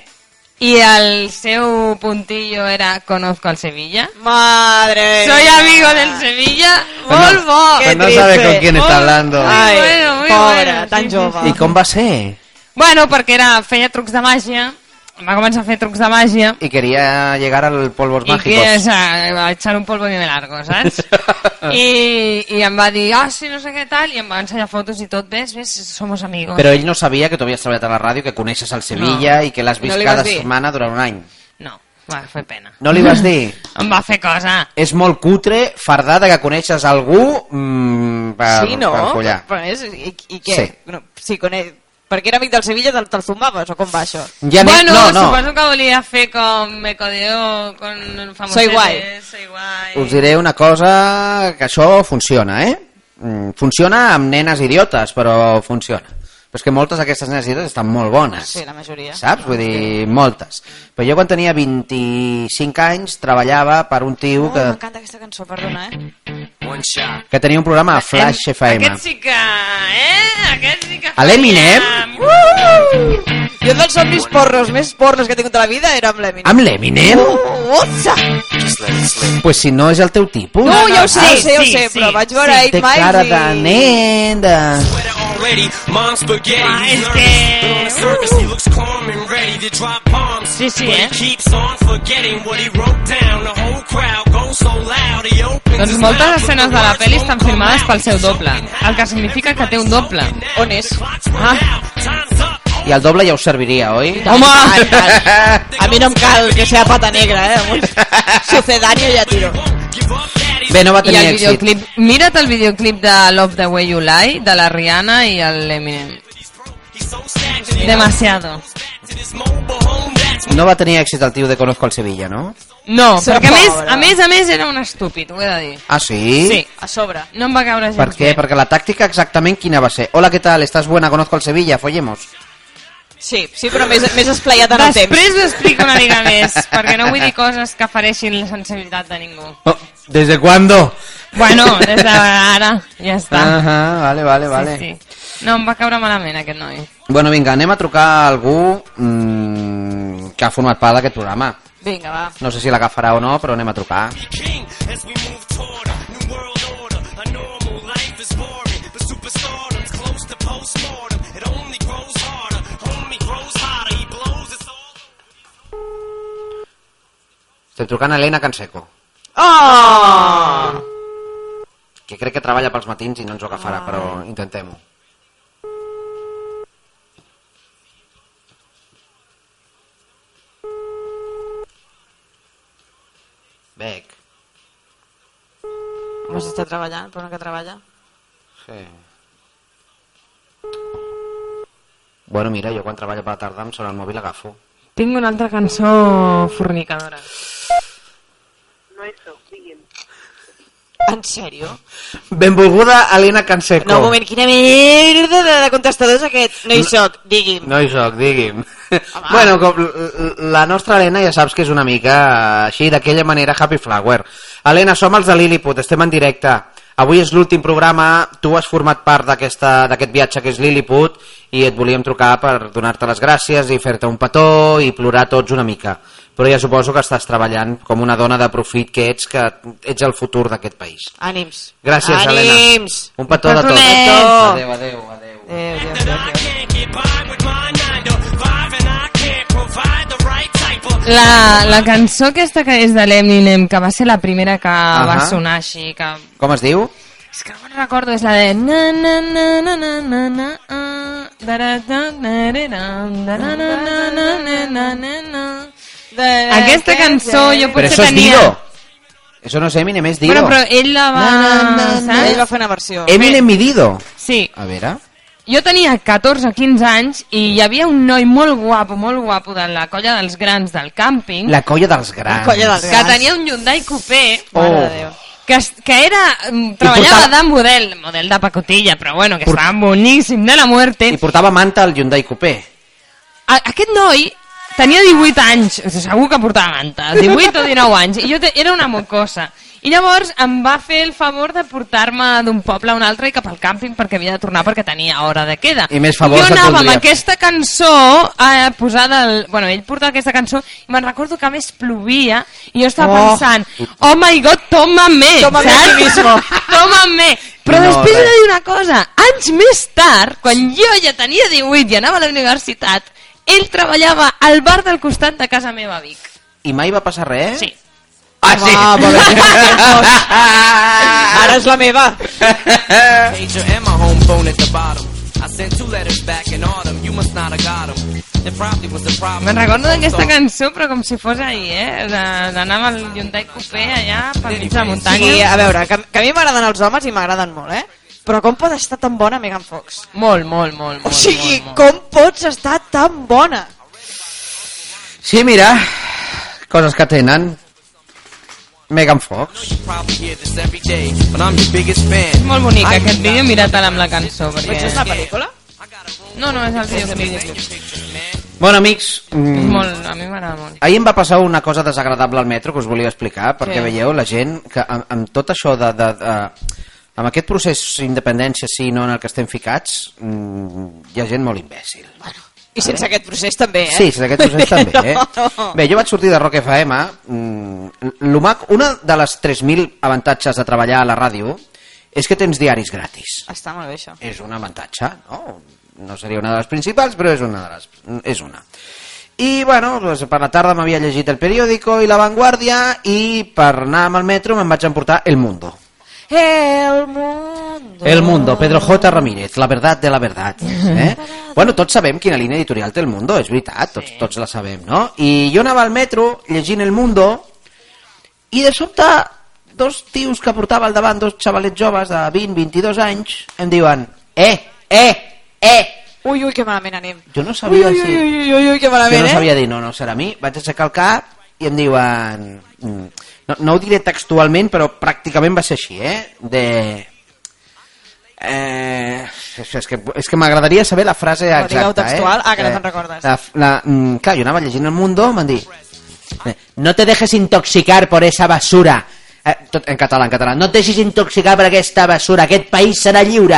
C: i el seu puntillo era Conozco al Sevilla.
B: Madre.
C: Soy
B: mía.
C: amigo del Sevilla.
A: Molt bo. Pues no
B: Eh. Qué
A: sabe
B: triste.
A: con quién está hablando.
B: Ai,
C: bueno, muy
B: pobra,
C: bueno,
B: tan
C: sí, sí,
B: jove.
A: I com va ser?
C: Bueno, perquè era, feia trucs de màgia, va començar a fer trucs de màgia
A: I quería llegar al Polvos
C: i que o
A: Mágicos.
C: sea, va echar un polvo bien largo, saps? I, I em va dir, ah, sí, no sé què tal, i em va ensenyar fotos i tot, ves, ves, somos amigos.
A: Però ell no sabia que tu havies treballat a la ràdio, que coneixes el Sevilla i que l'has
B: No
A: vist
B: li vas
A: cada
B: dir.
A: setmana durant un any.
C: No, va fer pena.
A: No li vas dir?
C: Em va fer cosa.
A: és molt cutre fardar de que coneixes algú mm, per,
B: sí, no?
A: per follar.
B: Però, a més, i, i què?
A: Sí.
B: No, sí, coneix... Perquè era amic del Sevilla, te'l te zumbaves, o com va això?
A: Ja anem-
C: bueno,
A: no, no.
C: supongo que volía hacer con me codeo con famosos.
B: Soy guay.
C: Soy guay.
A: Us diré una cosa, que això funciona, eh? Mm, Funciona amb nenes idiotes, però funciona. Però és que moltes d'aquestes nenes idiotes estan molt bones.
B: Sí, la majoria.
A: Saps? Vull dir, moltes. Però jo quan tenia 25 anys treballava per un tio
B: Oh,
A: que,
B: M'encanta aquesta cançó, perdona, eh?
F: One shot.
A: que tenia un programa a Flash FM.
C: Aquest sí que, eh? Aquest sí que...
A: A l'Eminem?
C: faria-
B: Jo dels somnis porros, més porros que he tingut a la vida, era amb l'Eminem.
A: Amb l'Eminem?
B: Ossa!
F: Just let it slip.
A: Pues si no és el teu tipus. Ah,
B: No, ja ho sé,
C: sí,
B: ho sé, ho
C: sí,
B: sé,
C: sí,
B: però vaig veure
C: sí.
B: 8
A: Té
B: Miles i...
A: cara de nen, de...
F: Sweater already, mom's spaghetti.
C: Ah,
F: He's
C: es
F: nervous,
C: que-
F: but on the surface he looks calm and ready to drop bombs.
C: Sí, sí,
F: but
C: eh?
F: he keeps on forgetting what he wrote down. The whole crowd goes so loud he opens
C: Doncs
F: his
C: moltes
F: mouth, but
C: escenes
F: the
C: de la
F: words
C: pel·li
F: won't
C: estan
F: come
C: filmades
F: out.
C: pel seu doble,
F: Something
C: el que significa que té un doble.
F: happens.
B: On és?
F: Clock's run
C: Ah.
F: out. Time's up.
A: I el doble ja us serviria, oi?
C: Home!
B: Ai, ai. A mi no em cal que sea pata negra, eh? Amb un Sucedáneo ja tiro.
F: Give up, daddy.
A: Bé, no va
C: I
A: tenir
C: el
A: èxit.
C: videoclip... Mira't el videoclip de Love the Way You Lie, de la Rihanna i el Eminem.
F: He's so stagnant.
C: Demasiado.
F: Back to this mobile home that's
A: No va tenir èxit el tio de Conozco el Sevilla, no?
C: No,
B: Serà
C: perquè a més,
B: pobra.
C: a més, a més era un estúpid, ho he de dir.
A: Ah, sí?
C: Sí.
B: A sobre.
C: No em va caure gens
A: Per què?
C: bé.
A: Perquè la tàctica exactament quina va ser? Hola, què tal? Estàs buena? Conozco el Sevilla, follemos.
B: Sí, sí, però més, més esplaiat en el temps.
C: Després ho explico una mica més, perquè no vull dir coses que fareixin la sensibilitat de ningú.
A: Oh, ¿Des de cuándo?
C: Bueno, des d'ara, ja està.
A: Ahà, vale, vale, Ah, vale.
C: Sí, sí. No, em va caure malament aquest noi.
A: Bueno, vinga, anem a trucar a algú mmm, que ha format part d'aquest programa.
B: Vinga, va.
A: No sé si l'agafarà o no, però anem a trucar.
F: king as we move toward a new world order. A normal life is boring, but superstardom's close to postmortem. It only grows harder, homie grows hotter. He blows us all.
A: Estem trucant a Elena Canseco,
B: Oh!
A: que crec que treballa pels matins i no ens ho agafarà, però intentem-ho. Bec.
B: Pues està treballant, però no que treballa.
A: Sí. Bueno, mira, jo quan treballo per la tarda em sona el mòbil agafo.
C: Tinc una altra cançó fornicadora.
B: En sèrio?
A: Benvolguda Alina Canseco.
B: No, un moment, quina merda de de contestador és aquest? No hi soc, digui'm.
A: No hi soc, digui'm. bueno, com l- l- la nostra Helena ja saps que és una mica eh, així, d'aquella manera Happy Flower. Helena, som els de Lilliput, estem en directe. Avui és l'últim programa, tu has format part d'aquesta- d'aquest viatge que és Lilliput i et volíem trucar per donar-te les gràcies i fer-te un petó i plorar tots una mica. Però ja suposo que estàs treballant com una dona de profit que ets, que ets el futur d'aquest país.
B: Ànims.
A: Gràcies, Helena.
B: Ànims.
A: Un petó Eh. de tots.
B: Petonet.
A: Adéu, adéu, adéu.
B: Adéu, adéu,
F: That I
B: adéu.
F: can't get by with my nine to five, and I can't provide the right type of.
C: La, la cançó aquesta que és de l'Eminem, que va ser la primera que uh -huh. va
A: Ahà.
C: sonar així, que...
A: Com es diu?
C: És que no me'n recordo, és la de... Na, na, na, na, na, na, na, ah, da, da, da, na, re, na, da, na, na, na, na, na, na, na, na. Aquesta cançó jo
A: Però
C: potser
A: això és
C: tenia...
A: Dido. Eso no es Eminem, es Dido.
C: Bueno, eh, però ell la va...
A: Na, na, na,
C: saps?
B: Ell va fer una versió.
A: Eminem i Dido.
C: Sí,
A: A ¿ah? veure...
C: Jo tenia 14-15 anys i hi havia un noi molt guapo, molt guapo de la colla dels grans del càmping
A: La colla dels grans.
B: Colla dels
C: que
B: grans.
C: tenia un Hyundai Coupé eh.
A: Oh.
B: Mare de Déu.
C: que, es- que era, mm, treballava
A: portava-
C: de model, model de pacotilla, però bueno, que
A: Port-
C: estava boníssim de la
A: I
C: muerte.
A: portava manta al Hyundai Coupé.
C: A, aquest noi tenia 18 anys, o sigui, segur que portava manta, 18 o 19 anys, i jo te, era una mocosa. I llavors em va fer el favor de portar-me d'un poble a un altre i cap al càmping perquè havia de tornar perquè tenia hora de queda.
A: I més favors
C: jo
A: et
C: anava amb
A: voldria.
C: aquesta cançó eh, posada... El, bueno, ell portava aquesta cançó i me'n recordo que a més plovia i jo estava
A: Oh.
C: oh. pensant oh my god, toma-me!
B: Tómame a
C: saps?
B: ti mismo.
C: Toma-me! Però
A: No,
C: no, després he
A: res.
C: de dir una cosa, anys més tard, quan jo ja tenia 18 i anava a la universitat, ell treballava al bar del costat de casa meva a Vic.
A: I mai va passar res?
C: Sí.
A: Ah, sí?
B: Ah, molt Ara
A: Ara...
B: és la meva.
F: pager and my home phone at the bottom. I sent two letters back in autumn. You must not have got 'em. There probably was a problem.
C: Me'n recordo d'aquesta cançó, però com si fos ahir, eh? De- D'anar amb el Hyundai Coupé allà per mig de muntanya.
B: Sí, a veure, que, que a mi m'agraden els homes i m'agraden molt, eh? Però com pot estar tan bona Megan Fox?
C: Molt, molt, molt,
B: O
C: molt.
B: sigui,
C: molt, molt.
B: com pots estar tan bona?
A: Sí, mira, coses que tenen. Megan Fox.
F: Probably hear this every day, but I'm your biggest
C: És
F: fan.
C: molt bonic aquest vídeo, mirat-te'l amb la cançó.
B: Això és
C: Perquè...
B: una pel·lícula?
C: No, no, és el vídeo que m'hi dic.
A: Bueno, amics,
C: És
A: mm,
C: molt, a mi m'agrada molt.
A: ahir em va passar una cosa desagradable al metro que us volia explicar, perquè
C: Sí.
A: veieu la gent que amb, amb tot això de... de, de amb aquest procés d'independència sí no en el que estem ficats, mm, hi ha gent molt imbècil.
B: I sense aquest procés també, eh?
A: Sí, sense aquest procés també, eh?
B: No, no.
A: Bé, jo vaig sortir de Rock FM, mm, lo mac, una de les 3.000 avantatges de treballar a la ràdio és que tens diaris gratis.
B: Està molt bé, això.
A: És un avantatge, no? No seria una de les principals, però és una de les... És una. I, bueno, doncs, per la tarda m'havia llegit el periòdico i la Vanguardia i per anar amb el metro me'n vaig emportar El Mundo.
B: El mundo...
A: El Mundo, Pedro J. Ramírez, la verdad de la verdad. Eh? Bueno, tots sabem quina línia editorial té El Mundo, és veritat, tots, tots la sabem, no? I jo anava al metro llegint El Mundo i de sobte dos tios que portava al davant, dos xavalets joves de 20-22 anys, em diuen eh, eh, eh,
B: Ui, ui, que malament anem.
A: jo no
B: Ui,
A: sabia
B: ui,
A: si...
B: ui, ui, ui, ui que
A: Jo
B: malament,
A: no
B: eh?
A: sabia dir, no, no, serà a mi. Vaig aixecar el cap i em diuen... mm, No, no ho diré textualment, però pràcticament va ser així, eh? De... Eh, és és que, és que m'agradaria saber la frase
B: Però
A: exacta,
B: digueu textual.
A: eh?
B: Ah, que no
A: Eh,
B: te'n recordes.
A: La, la, mm, clar, jo anava llegint El Mundo, m'han dit... eh, No te dejes intoxicar por esa basura. Eh, tot en català, en català. No et deixis intoxicar per aquesta basura. Aquest país serà lliure.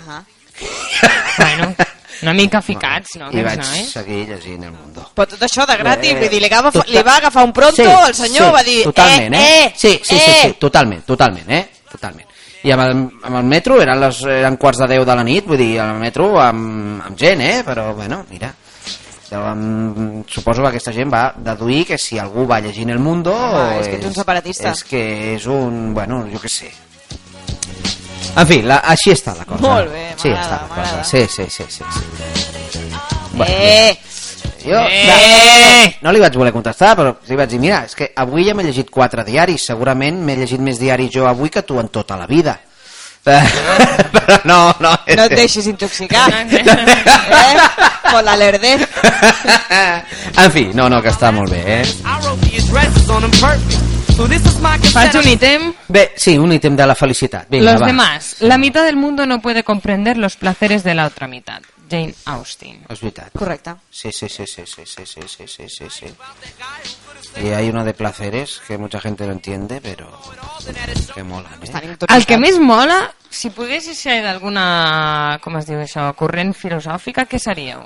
B: Ahà.
C: Bueno, una mica ficats, no?
A: I
C: Aquests
A: vaig
C: nois.
A: seguir llegint El Mundo.
B: Però tot això de gratis,
A: Eh,
B: vull dir, li, va agafar,
A: total-
B: li va agafar un pronto,
A: Sí,
B: el senyor
A: sí,
B: va dir...
A: Totalment, eh?
B: eh,
A: sí, sí, sí,
B: eh.
A: sí, totalment, totalment, eh? Totalment. I amb el, amb el metro eren, les, eren quarts de 10 de la nit, vull dir, el metro amb, amb gent, eh? Però, bueno, mira... Deu, em- suposo que aquesta gent va deduir que si algú va llegint El Mundo...
B: Home, Ah, és que ets un separatista.
A: És que és un... Bueno, jo què sé. En fi, la, així està la cosa.
B: Molt bé,
A: Sí,
B: m'agrada,
A: està la cosa.
B: m'agrada.
A: Sí, sí, sí, sí. sí. Bueno,
B: Eh,
A: jo,
C: Eh!
A: no li vaig voler contestar, però li vaig dir, mira, és que avui ja m'he llegit quatre diaris, segurament m'he llegit més diaris jo avui que tu en tota la vida. però no, no...
B: no et deixis intoxicar.
C: No, no.
B: eh? Con la lerdez.
A: en fi, no, no, que està molt bé, eh?
F: I wrote the addresses on them perfect. So this is my
C: Faig un
F: consent.
C: ítem.
A: Bé, sí, un ítem de la felicitat. Vinga,
C: los
A: va.
C: demás. La mitad del mundo no puede comprender los placeres de la otra mitad. Jane Austen.
A: És veritat.
B: Correcte.
A: Sí, sí, sí, sí, sí, sí, sí, sí, sí, sí, sí. Y hay uno de placeres que mucha gente no entiende, pero que mola, ¿eh?
B: Estan
C: El que
B: intoxicats.
C: més mola, si poguessis ser d'alguna, com es diu això, corrent filosòfica, què seríeu?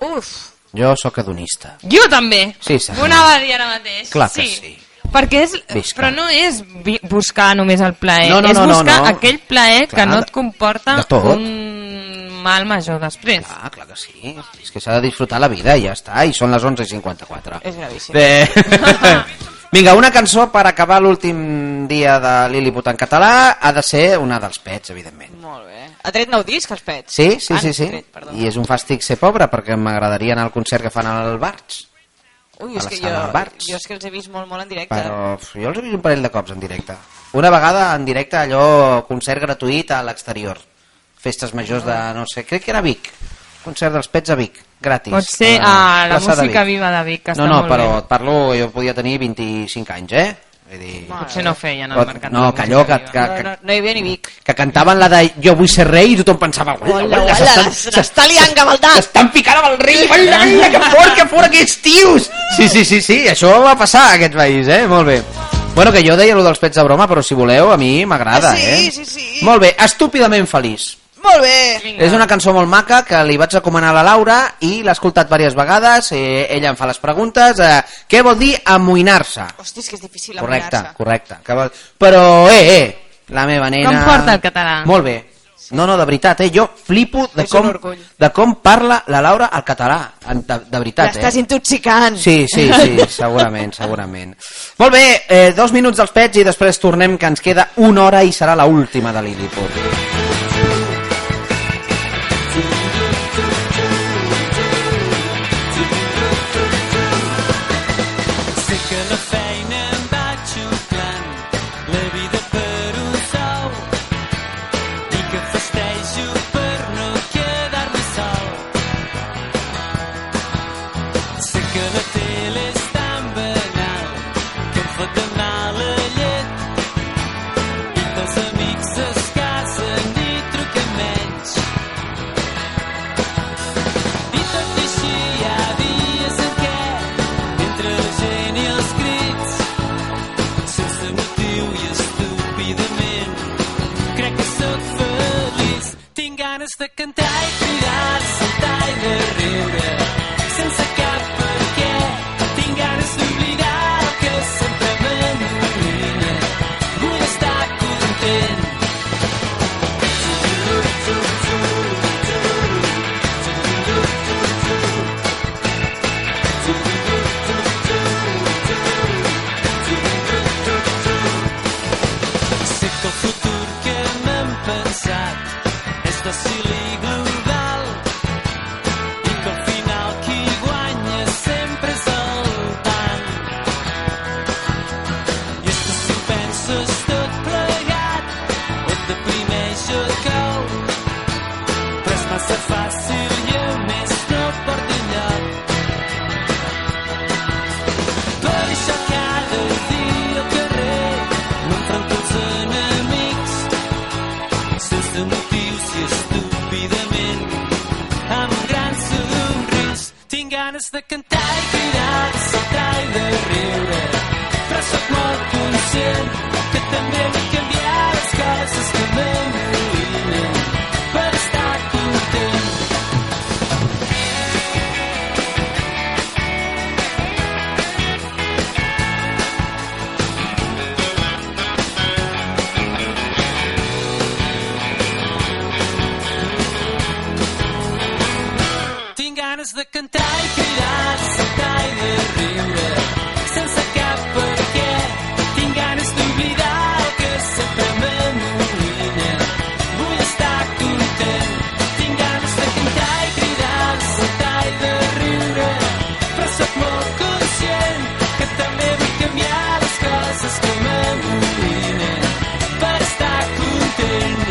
B: Uf,
A: Jo sóc hedonista.
C: Jo també!
A: Sí, senyora.
C: Ho anava a dir ara mateix.
A: Clar que sí.
C: Perquè és,
A: Visca.
C: però no és vi- buscar només el plaer,
A: No, no,
C: és
A: no, no,
C: buscar
A: no.
C: aquell plaer
A: Clar,
C: que no
A: de-
C: et comporta
A: de tot.
C: un mal major després.
A: Ah, clar que sí. És que s'ha de disfrutar la vida i ja està. I són les 11.54.
B: és gravíssim.
A: Bé. Vinga, una cançó per acabar l'últim dia de Lilliput en català ha de ser una dels pets, evidentment.
B: Molt bé. Ha tret nou disc, els pets?
A: Sí, sí,
B: Ah,
A: sí, sí.
B: n'ha Tret, perdó.
A: I és un fàstic ser pobre perquè m'agradaria anar al concert que fan al Barts.
B: Ui,
A: a
B: és
A: la
B: que jo,
A: sala del Barts.
B: jo és que els he vist molt, molt en directe.
A: Però uf, jo els he vist un parell de cops en directe. Una vegada en directe allò, concert gratuït a l'exterior. Festes majors de, no sé, crec que era Vic. Concert dels pets a Vic, gratis.
C: Pot ser a la música viva de Vic, que
A: no,
C: està
A: no,
C: molt
A: però
C: bé.
A: et parlo, jo podia tenir 25 anys, eh? Vull dir...
C: Potser no feien al
A: Pot-
C: mercat.
A: no,
C: de
A: que
C: música
A: allò que,
C: viva.
A: que,
B: No,
A: que,
B: no, no hi havia ni Vic.
A: que cantaven la de Jo vull ser rei i tothom pensava uala,
B: Uala,
A: uala,
B: uala,
A: s'estan-
B: se n'està liant, Gavaldà."
A: s'estan picant amb el rei uala, uala, que fort, que fort aquests tios sí, sí, sí, sí, això va passar a aquests país, eh, molt bé Bueno, que jo deia lo dels pets de broma, però si voleu, a mi m'agrada,
B: Ah, sí,
A: eh?
B: sí, sí.
A: Molt bé, estúpidament feliç.
B: Molt bé!
C: Vinga.
A: És una cançó molt maca que li vaig recomanar a la Laura i l'he escoltat diverses vegades, eh, ella em fa les preguntes. Eh, què vol dir amoïnar-se?
B: Hosti, és que és difícil
A: Correcte,
B: amoïnar-se.
A: correcte. Que vol... Però, eh, eh, la meva nena...
C: Com porta el català?
A: Molt bé. No, no, de veritat, eh? Jo flipo de
B: És un
A: com,
B: orgull.
A: de com parla la Laura al català. en- De, de veritat,
B: L'estàs
A: eh?
B: intoxicant.
A: Sí, sí, sí, segurament, segurament. Molt bé, eh, dos minuts dels pets i després tornem, que ens queda una hora i serà l'última de l'Illiput.
F: Sé que la feina em va xuplant, la vida per un sou. ganes de cantar i cridar, de saltar i de riure, sense cap per què. Tinc ganes d'oblidar el que sempre m'enlluïna. Vull estar content. Sé que el futur que m'hem pensat és fàcil i global i que al final qui guanya sempre és el tant. I és que si ho penses tot plegat o et deprimeix o et cau però és massa fàcil i a més no porta enlloc. Per això cada dia al carrer m'enfronto als enemics sense motius i estúpidament amb un gran somrís. Tinc ganes de cantar i cridar, de saltar i de riure però sóc molt conscient que també m'he canviat les coses que m'enruïnen per estar content. Tinc ganes de cantar i cridar, de saltar i de riure, sense cap per què. Tinc ganes d'oblidar el que sempre m'amoïna. Vull estar content. Tinc ganes de cantar i cridar, de saltar i de riure, però sóc molt conscient que també vull canviar les coses que m'amoïnen per estar content.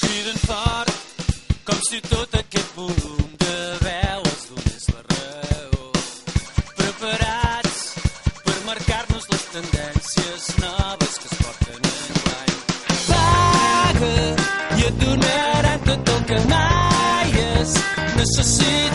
F: criden fort com si tot aquest volum de veu es donés la raó. Preparats per marcar-nos les tendències noves que es porten enguany. Paga i et donaran tot el que mai has necessitat